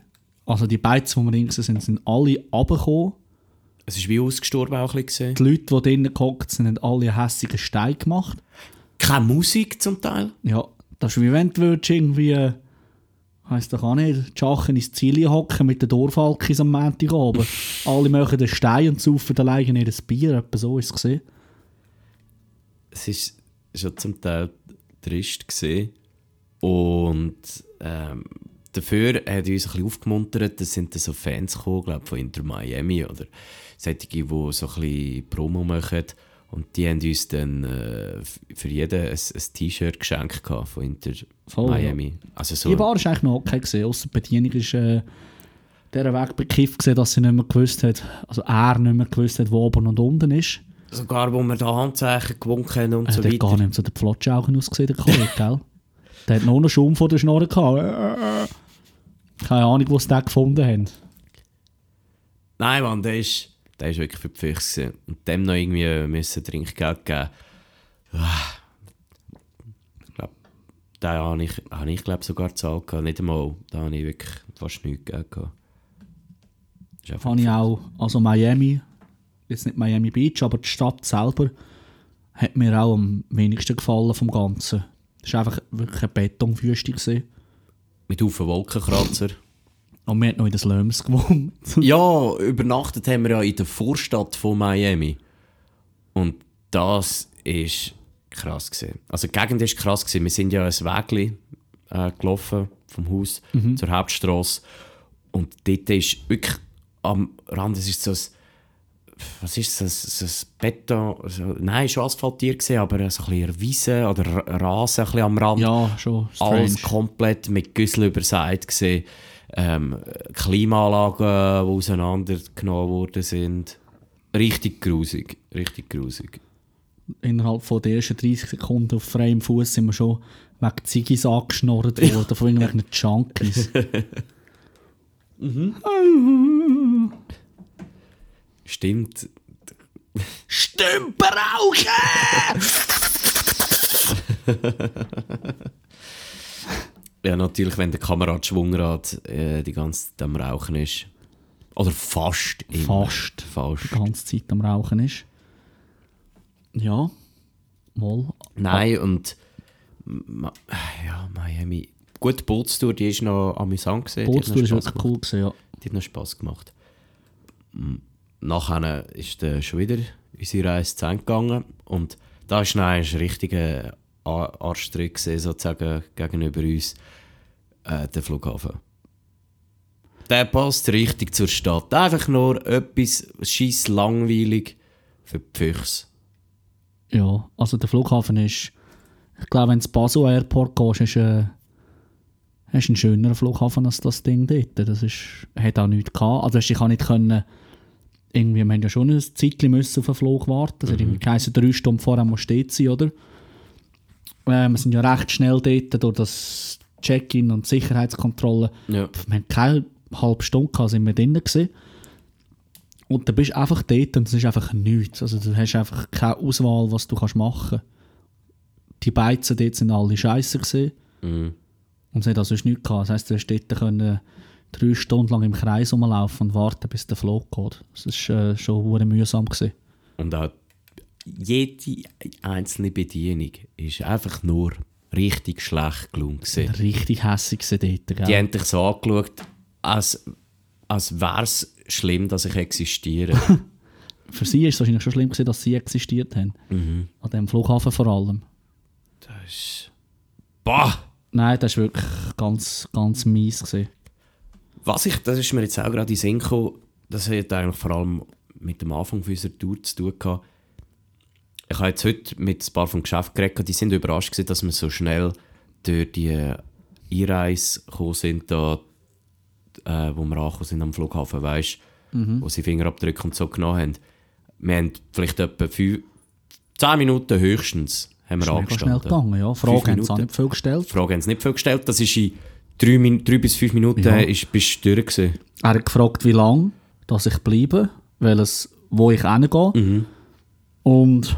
S2: Also die Beizen, die wir drin waren, sind alle runtergekommen.
S1: Es war wie ausgestorben auch ein bisschen.
S2: Die Leute, die drinnen gehockt sind, haben alle einen hässigen Stein gemacht.
S1: Keine Musik zum Teil.
S2: Ja, das ist wie wenn du würdest irgendwie, äh, heisst doch auch nicht, die Schachen ins Ziel hocken mit den Dorfalkis am Montag oben. alle machen den Stein und saufen alleine ihr Bier. Etwa so ist es gesehen.
S1: Es ist schon zum Teil trist gesehen und ähm, dafür hat uns ein bisschen aufgemuntert, es sind dann so Fans gekommen, glaub, von Inter Miami oder solche, die so ein bisschen Promo machen Und die haben uns dann äh, f- für jeden ein, ein T-Shirt geschenkt gehabt von Inter
S2: Voll,
S1: Miami. Also so
S2: Die Bar war eigentlich noch okay, gewesen, ausser die Bedienung ist äh, der Weg bekifft, gewesen, dass sie nicht mehr gewusst hat, also er nicht mehr gewusst hat, wo oben und unten ist.
S1: sogar wo wir da Handzeichen gewunken haben und
S2: Also
S1: so
S2: der hat gar
S1: weiter.
S2: nicht so der Pflotschauchen ausgesehen, der Kollege, gell? Der hat noch einen Schaum von der Schnorre gehabt. Äh, äh. Keine Ahnung, wo sie den gefunden haben.
S1: Nein, Mann, der ist, der ist wirklich für die Füchse. gewesen. Und dem noch irgendwie äh, müssen Trinkgeld geben. Ah. Ich glaube, da habe ich, habe ich glaub, sogar gezahlt. gehabt. Nicht einmal. Da habe ich wirklich fast nichts gegeben. gehabt. Ist einfach-
S2: Habe ich auch, also Miami, jetzt nicht Miami Beach, aber die Stadt selber, hat mir auch am wenigsten gefallen vom Ganzen. Es war einfach wirklich eine Betonwüste. Gewesen.
S1: Mit Haufen Wolkenkratzer.
S2: Und wir haben noch in den Slums gewohnt.
S1: ja, übernachtet haben wir ja in der Vorstadt von Miami. Und das ist krass gewesen. Also die Gegend ist krass gewesen. Wir sind ja ein Wägli äh, gelaufen vom Haus zur Hauptstraße und dort ist wirklich am Rand, es ist so ein was ist das, so ein Beton, so, nein, schon asphaltiert gewesen, aber so ein bisschen Wiese oder R- Rasen ein bisschen am Rand
S2: Ja, schon strange.
S1: alles komplett mit Güssel übersät gesehen. Ähm, Klimaanlagen, die auseinandergenommen worden sind. Richtig grusig, richtig grusig.
S2: Innerhalb von den ersten 30 Sekunden auf freiem Fuß sind wir schon wegen Ziggis angeschnorrt worden von irgendwelchen Junkies.
S1: Stimmt.
S2: Stümperaugen!
S1: Ja, natürlich, wenn der Kamerad Schwungrad äh, die ganze Zeit am Rauchen ist. Oder fast immer.
S2: Fast.
S1: Fast.
S2: Die ganze Zeit am Rauchen ist. Ja. Mal.
S1: Nein, und Ma ja, Miami. Gut, die Bootstour, die ist noch amüsant gesehen.
S2: Bootstour war wirklich cool, gewesen, ja.
S1: Die hat noch Spass gemacht. M- Nachher ist dann schon wieder unsere Reise zu Ende gegangen. Und da war dann ein richtiger A- Arschtritt gewesen, sozusagen gegenüber uns, äh, der Flughafen. Der passt richtig zur Stadt. Einfach nur etwas scheiss langweilig für die Füchse.
S2: Ja, also der Flughafen ist, ich glaube, wenn du ins Basel Airport gehst, ist, äh, ist ein schönerer Flughafen als das Ding dort. Das ist, hat auch nichts gehabt. Also weisst du, ich kann nicht können, irgendwie, wir haben ja schon ein Zeitchen müssen auf den Flug warten. Das hat irgendwie geheißen, drei Stunden vorher muss dort sein, oder? Äh, wir sind ja recht schnell dort durch das Check-in und Sicherheitskontrolle.
S1: Ja.
S2: Wir haben keine halbe Stunde gehabt, sind wir drinnen gewesen. Und dann bist du einfach dort und es ist einfach nichts. Also du hast einfach keine Auswahl, was du kannst machen Die Beizen dort sind alle scheiße gewesen. Und es hat also sonst nichts gehabt. Das heisst, du hast dort können drei Stunden lang im Kreis rumlaufen und warten, bis der Flug geht. Das ist äh, schon hure mühsam gewesen.
S1: Und auch jede einzelne Bedienung ist einfach nur richtig schlecht gelungen. gewesen.
S2: Richtig hässig gewesen dort, gell?
S1: Die haben dich so angeschaut, als, als wäre es schlimm, dass ich existiere.
S2: Für sie ist es wahrscheinlich schon schlimm gewesen, dass sie existiert haben. An dem Flughafen vor allem.
S1: Bah!
S2: Nein, das war wirklich ganz, ganz mies. Gewesen.
S1: Was ich, das ist mir jetzt auch gerade in den Sinn gekommen, das hat eigentlich vor allem mit dem Anfang von unserer Tour zu tun gehabt. Ich habe jetzt heute mit ein paar vom Geschäft geredet, die sind überrascht gewesen, dass wir so schnell durch die Einreise gekommen sind, da, äh, wo wir angekommen sind am Flughafen, weisst
S2: Mhm.
S1: wo sie Fingerabdrücke und so genommen haben. Wir haben vielleicht etwa fünf, zehn Minuten höchstens haben wir
S2: Ist mega
S1: angestanden.
S2: schnell gegangen, ja. Fragen haben sie auch
S1: Minuten.
S2: nicht viel gestellt.
S1: Die Frage haben sie nicht viel gestellt, das ist in drei, Min- drei bis fünf Minuten
S2: Ja.
S1: ist, bist du durch gewesen.
S2: Er hat gefragt, wie lange dass ich bleibe, welches, wo ich hingehe. Und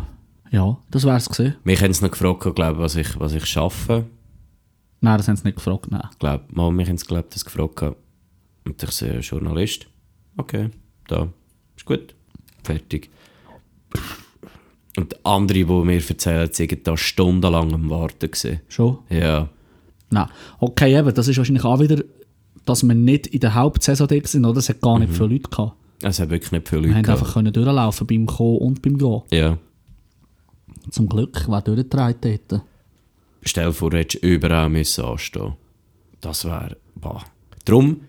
S2: ja, das wäre es gewesen.
S1: Mich haben sie noch gefragt, glaub, was, ich, was ich arbeite.
S2: Nein, das haben sie nicht gefragt, nein.
S1: Glaub, mal, mich haben sie glaub, das gefragt. Und ich sehe Journalist. Okay, da. Ist gut. Fertig. Und andere, die mir erzählen, sie waren da stundenlang am Warten. Gewesen.
S2: Schon?
S1: Ja.
S2: Nein. Okay, eben, das ist wahrscheinlich auch wieder, dass wir nicht in der Hauptsaison dort sind, oder? Es hat gar nicht viele Leute gehabt.
S1: Es haben wirklich nicht viele Leute
S2: Wir haben
S1: gehabt.
S2: einfach können durchlaufen beim Kommen und beim Gehen.
S1: Ja.
S2: Zum Glück, wer durchgetragen hätte.
S1: Stell dir vor, du hättest überall müssen anstehen Das wäre... Darum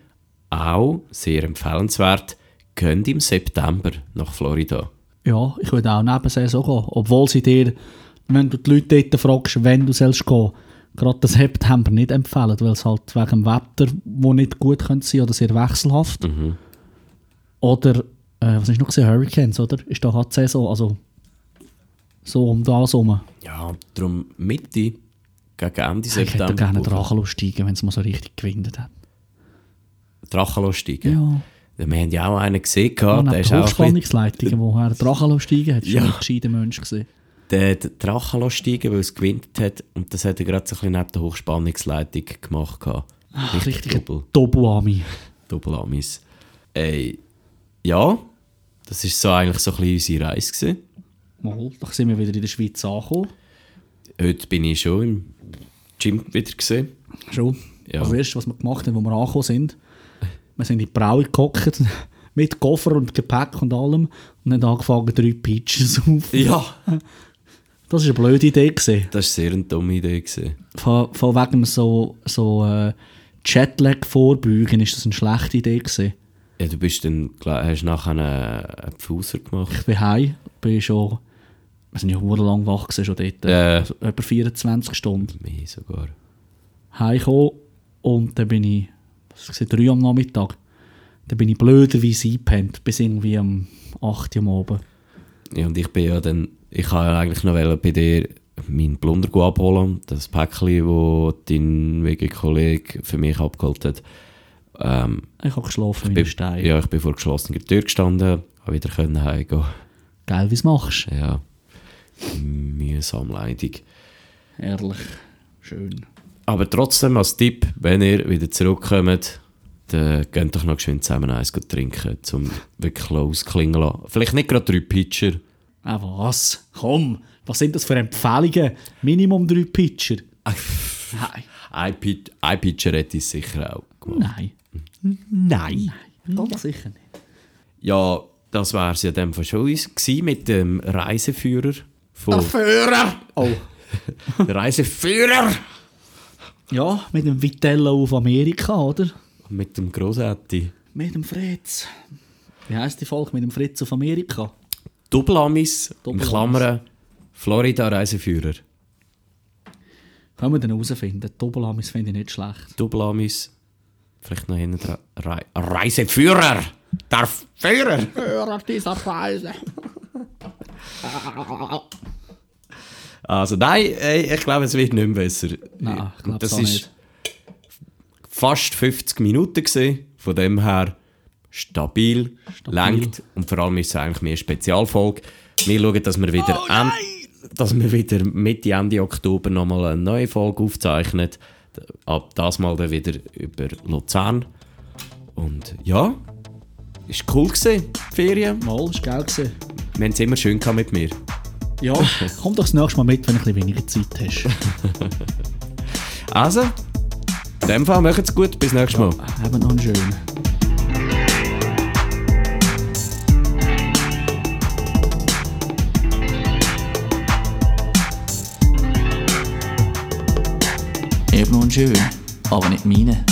S1: auch sehr empfehlenswert, geht im September nach Florida.
S2: Ja, ich würde auch Nebensaison gehen. Obwohl sie dir, wenn du die Leute dort fragst, wenn du sollst gehen, gerade den September nicht empfehlen, weil es halt wegen dem Wetter, wo nicht gut könnte sein oder sehr wechselhaft.
S1: Mhm.
S2: Oder, äh, was ist noch gesehen, Hurricanes, oder? Ist da gerade die Saison, also so um das herum.
S1: Ja, darum Mitte gegen Ende
S2: Ah, Ich
S1: September.
S2: hätte gerne Drachen steigen, wenn es mal so richtig gewindet hat.
S1: Drachenlos steigen.
S2: Ja.
S1: Wir haben ja auch einen gesehen,
S2: Ja,
S1: gehabt, Ah, der ist
S2: die
S1: auch ein bisschen,
S2: Hochspannungsleitungen, wo er Drachen steigen hat,
S1: Ja.
S2: schon ein gescheiter Mensch gesehen.
S1: der, der Drachenlos steigen, weil es gewinnt hat. Und das hat er gerade so ein bisschen neben der Hochspannungsleitung gemacht. gehabt.
S2: Ach, Ah, richtig
S1: doppel.
S2: Dobuami.
S1: Doppelamis. Ey, ja, das ist so eigentlich so ein bisschen unsere Reise gewesen.
S2: Mal, da sind wir wieder in der Schweiz angekommen.
S1: Heute bin ich schon im Gym wieder gesehen.
S2: Schon.
S1: Ja.
S2: Also erst, was wir gemacht haben, wo wir angekommen sind, wir sind in die Braue gehockt, mit Koffer und Gepäck und allem, und haben angefangen, drei Peaches auf.
S1: Ja.
S2: Das war eine blöde Idee. Gewesen.
S1: Das war sehr eine dumme Idee. Gewesen.
S2: Von, von wegen so, so äh, Jetlag vorbeugen, ist das eine schlechte Idee. Gewesen.
S1: Ja, du bist dann, gl- hast nachher einen, einen Pfuser gemacht.
S2: Ich bin heim, bin schon, wir sind ja lang wach gewesen, schon dort,
S1: Äh.
S2: also etwa 24 Stunden.
S1: Mehr sogar.
S2: heimgekommen und dann bin ich, was war drei am Nachmittag, dann bin ich blöderweise eingepennt, bis irgendwie um 8 Uhr am Abend.
S1: Ja, und ich bin ja dann, ich habe ja eigentlich noch wollen bei dir meinen Plunder go abholen, das Päckchen, das dein WG-Kollege für mich abgeholt hat. Ähm,
S2: Ich habe geschlafen wie
S1: bin,
S2: ein Stein.
S1: ja, ich bin vor geschlossener Tür gestanden, habe wieder können heimgehen.
S2: Geil, wie es machst.
S1: Ja, mühsam leidig.
S2: Ehrlich. Schön.
S1: Aber trotzdem als Tipp, wenn ihr wieder zurückkommt, dann geht doch noch schön zusammen eins trinken, um wirklich ausklingen lassen. Vielleicht nicht gerade drei Pitcher.
S2: Ah, was? Komm, was sind das für Empfehlungen? Minimum drei Pitcher. Nein.
S1: Ein, Pit ein Pitcher hätte ich sicher auch gemacht.
S2: Nein. Nein. Ganz sicher nicht.
S1: Ja, das war es ja dann von schon uns gewesen mit dem Reiseführer. Von
S2: Führer! Oh.
S1: Reiseführer!
S2: Ja, mit dem Vitello auf Amerika, oder?
S1: Mit dem Grossetti.
S2: Mit dem Fritz. Wie heisst die Folge? Mit dem Fritz auf Amerika?
S1: Doppelamis, in
S2: Doppelamis.
S1: Klammern, Florida-Reiseführer.
S2: Können wir dann herausfinden. Doppelamis finde ich nicht schlecht.
S1: Doppelamis, vielleicht noch hinten dran. Rei Reiseführer! Der Führer!
S2: Hörer dieser Preise.
S1: Also nein, ey, ich glaube, es wird nicht mehr besser.
S2: Nein, Ah, ich glaube
S1: das
S2: es auch
S1: ist
S2: nicht.
S1: fast 50 Minuten gewesen. Von dem her stabil, lenkt und vor allem ist es eigentlich mehr Spezialfolge. Wir schauen, dass wir wieder, en- dass wir wieder Mitte, Ende Oktober nochmal eine neue Folge aufzeichnen. D- Ab das Mal dann wieder über Luzern. Und ja, ist cool gewesen, die Ferien.
S2: Mal, ist geil gewesen.
S1: Wir haben es immer schön gehabt mit mir.
S2: Ja, komm doch das nächste Mal mit, wenn du ein bisschen weniger Zeit hast.
S1: Also, in dem Fall macht's gut, bis nächstes Mal.
S2: Haben noch einen schönen. er
S3: Eben und schön, aber nicht meine.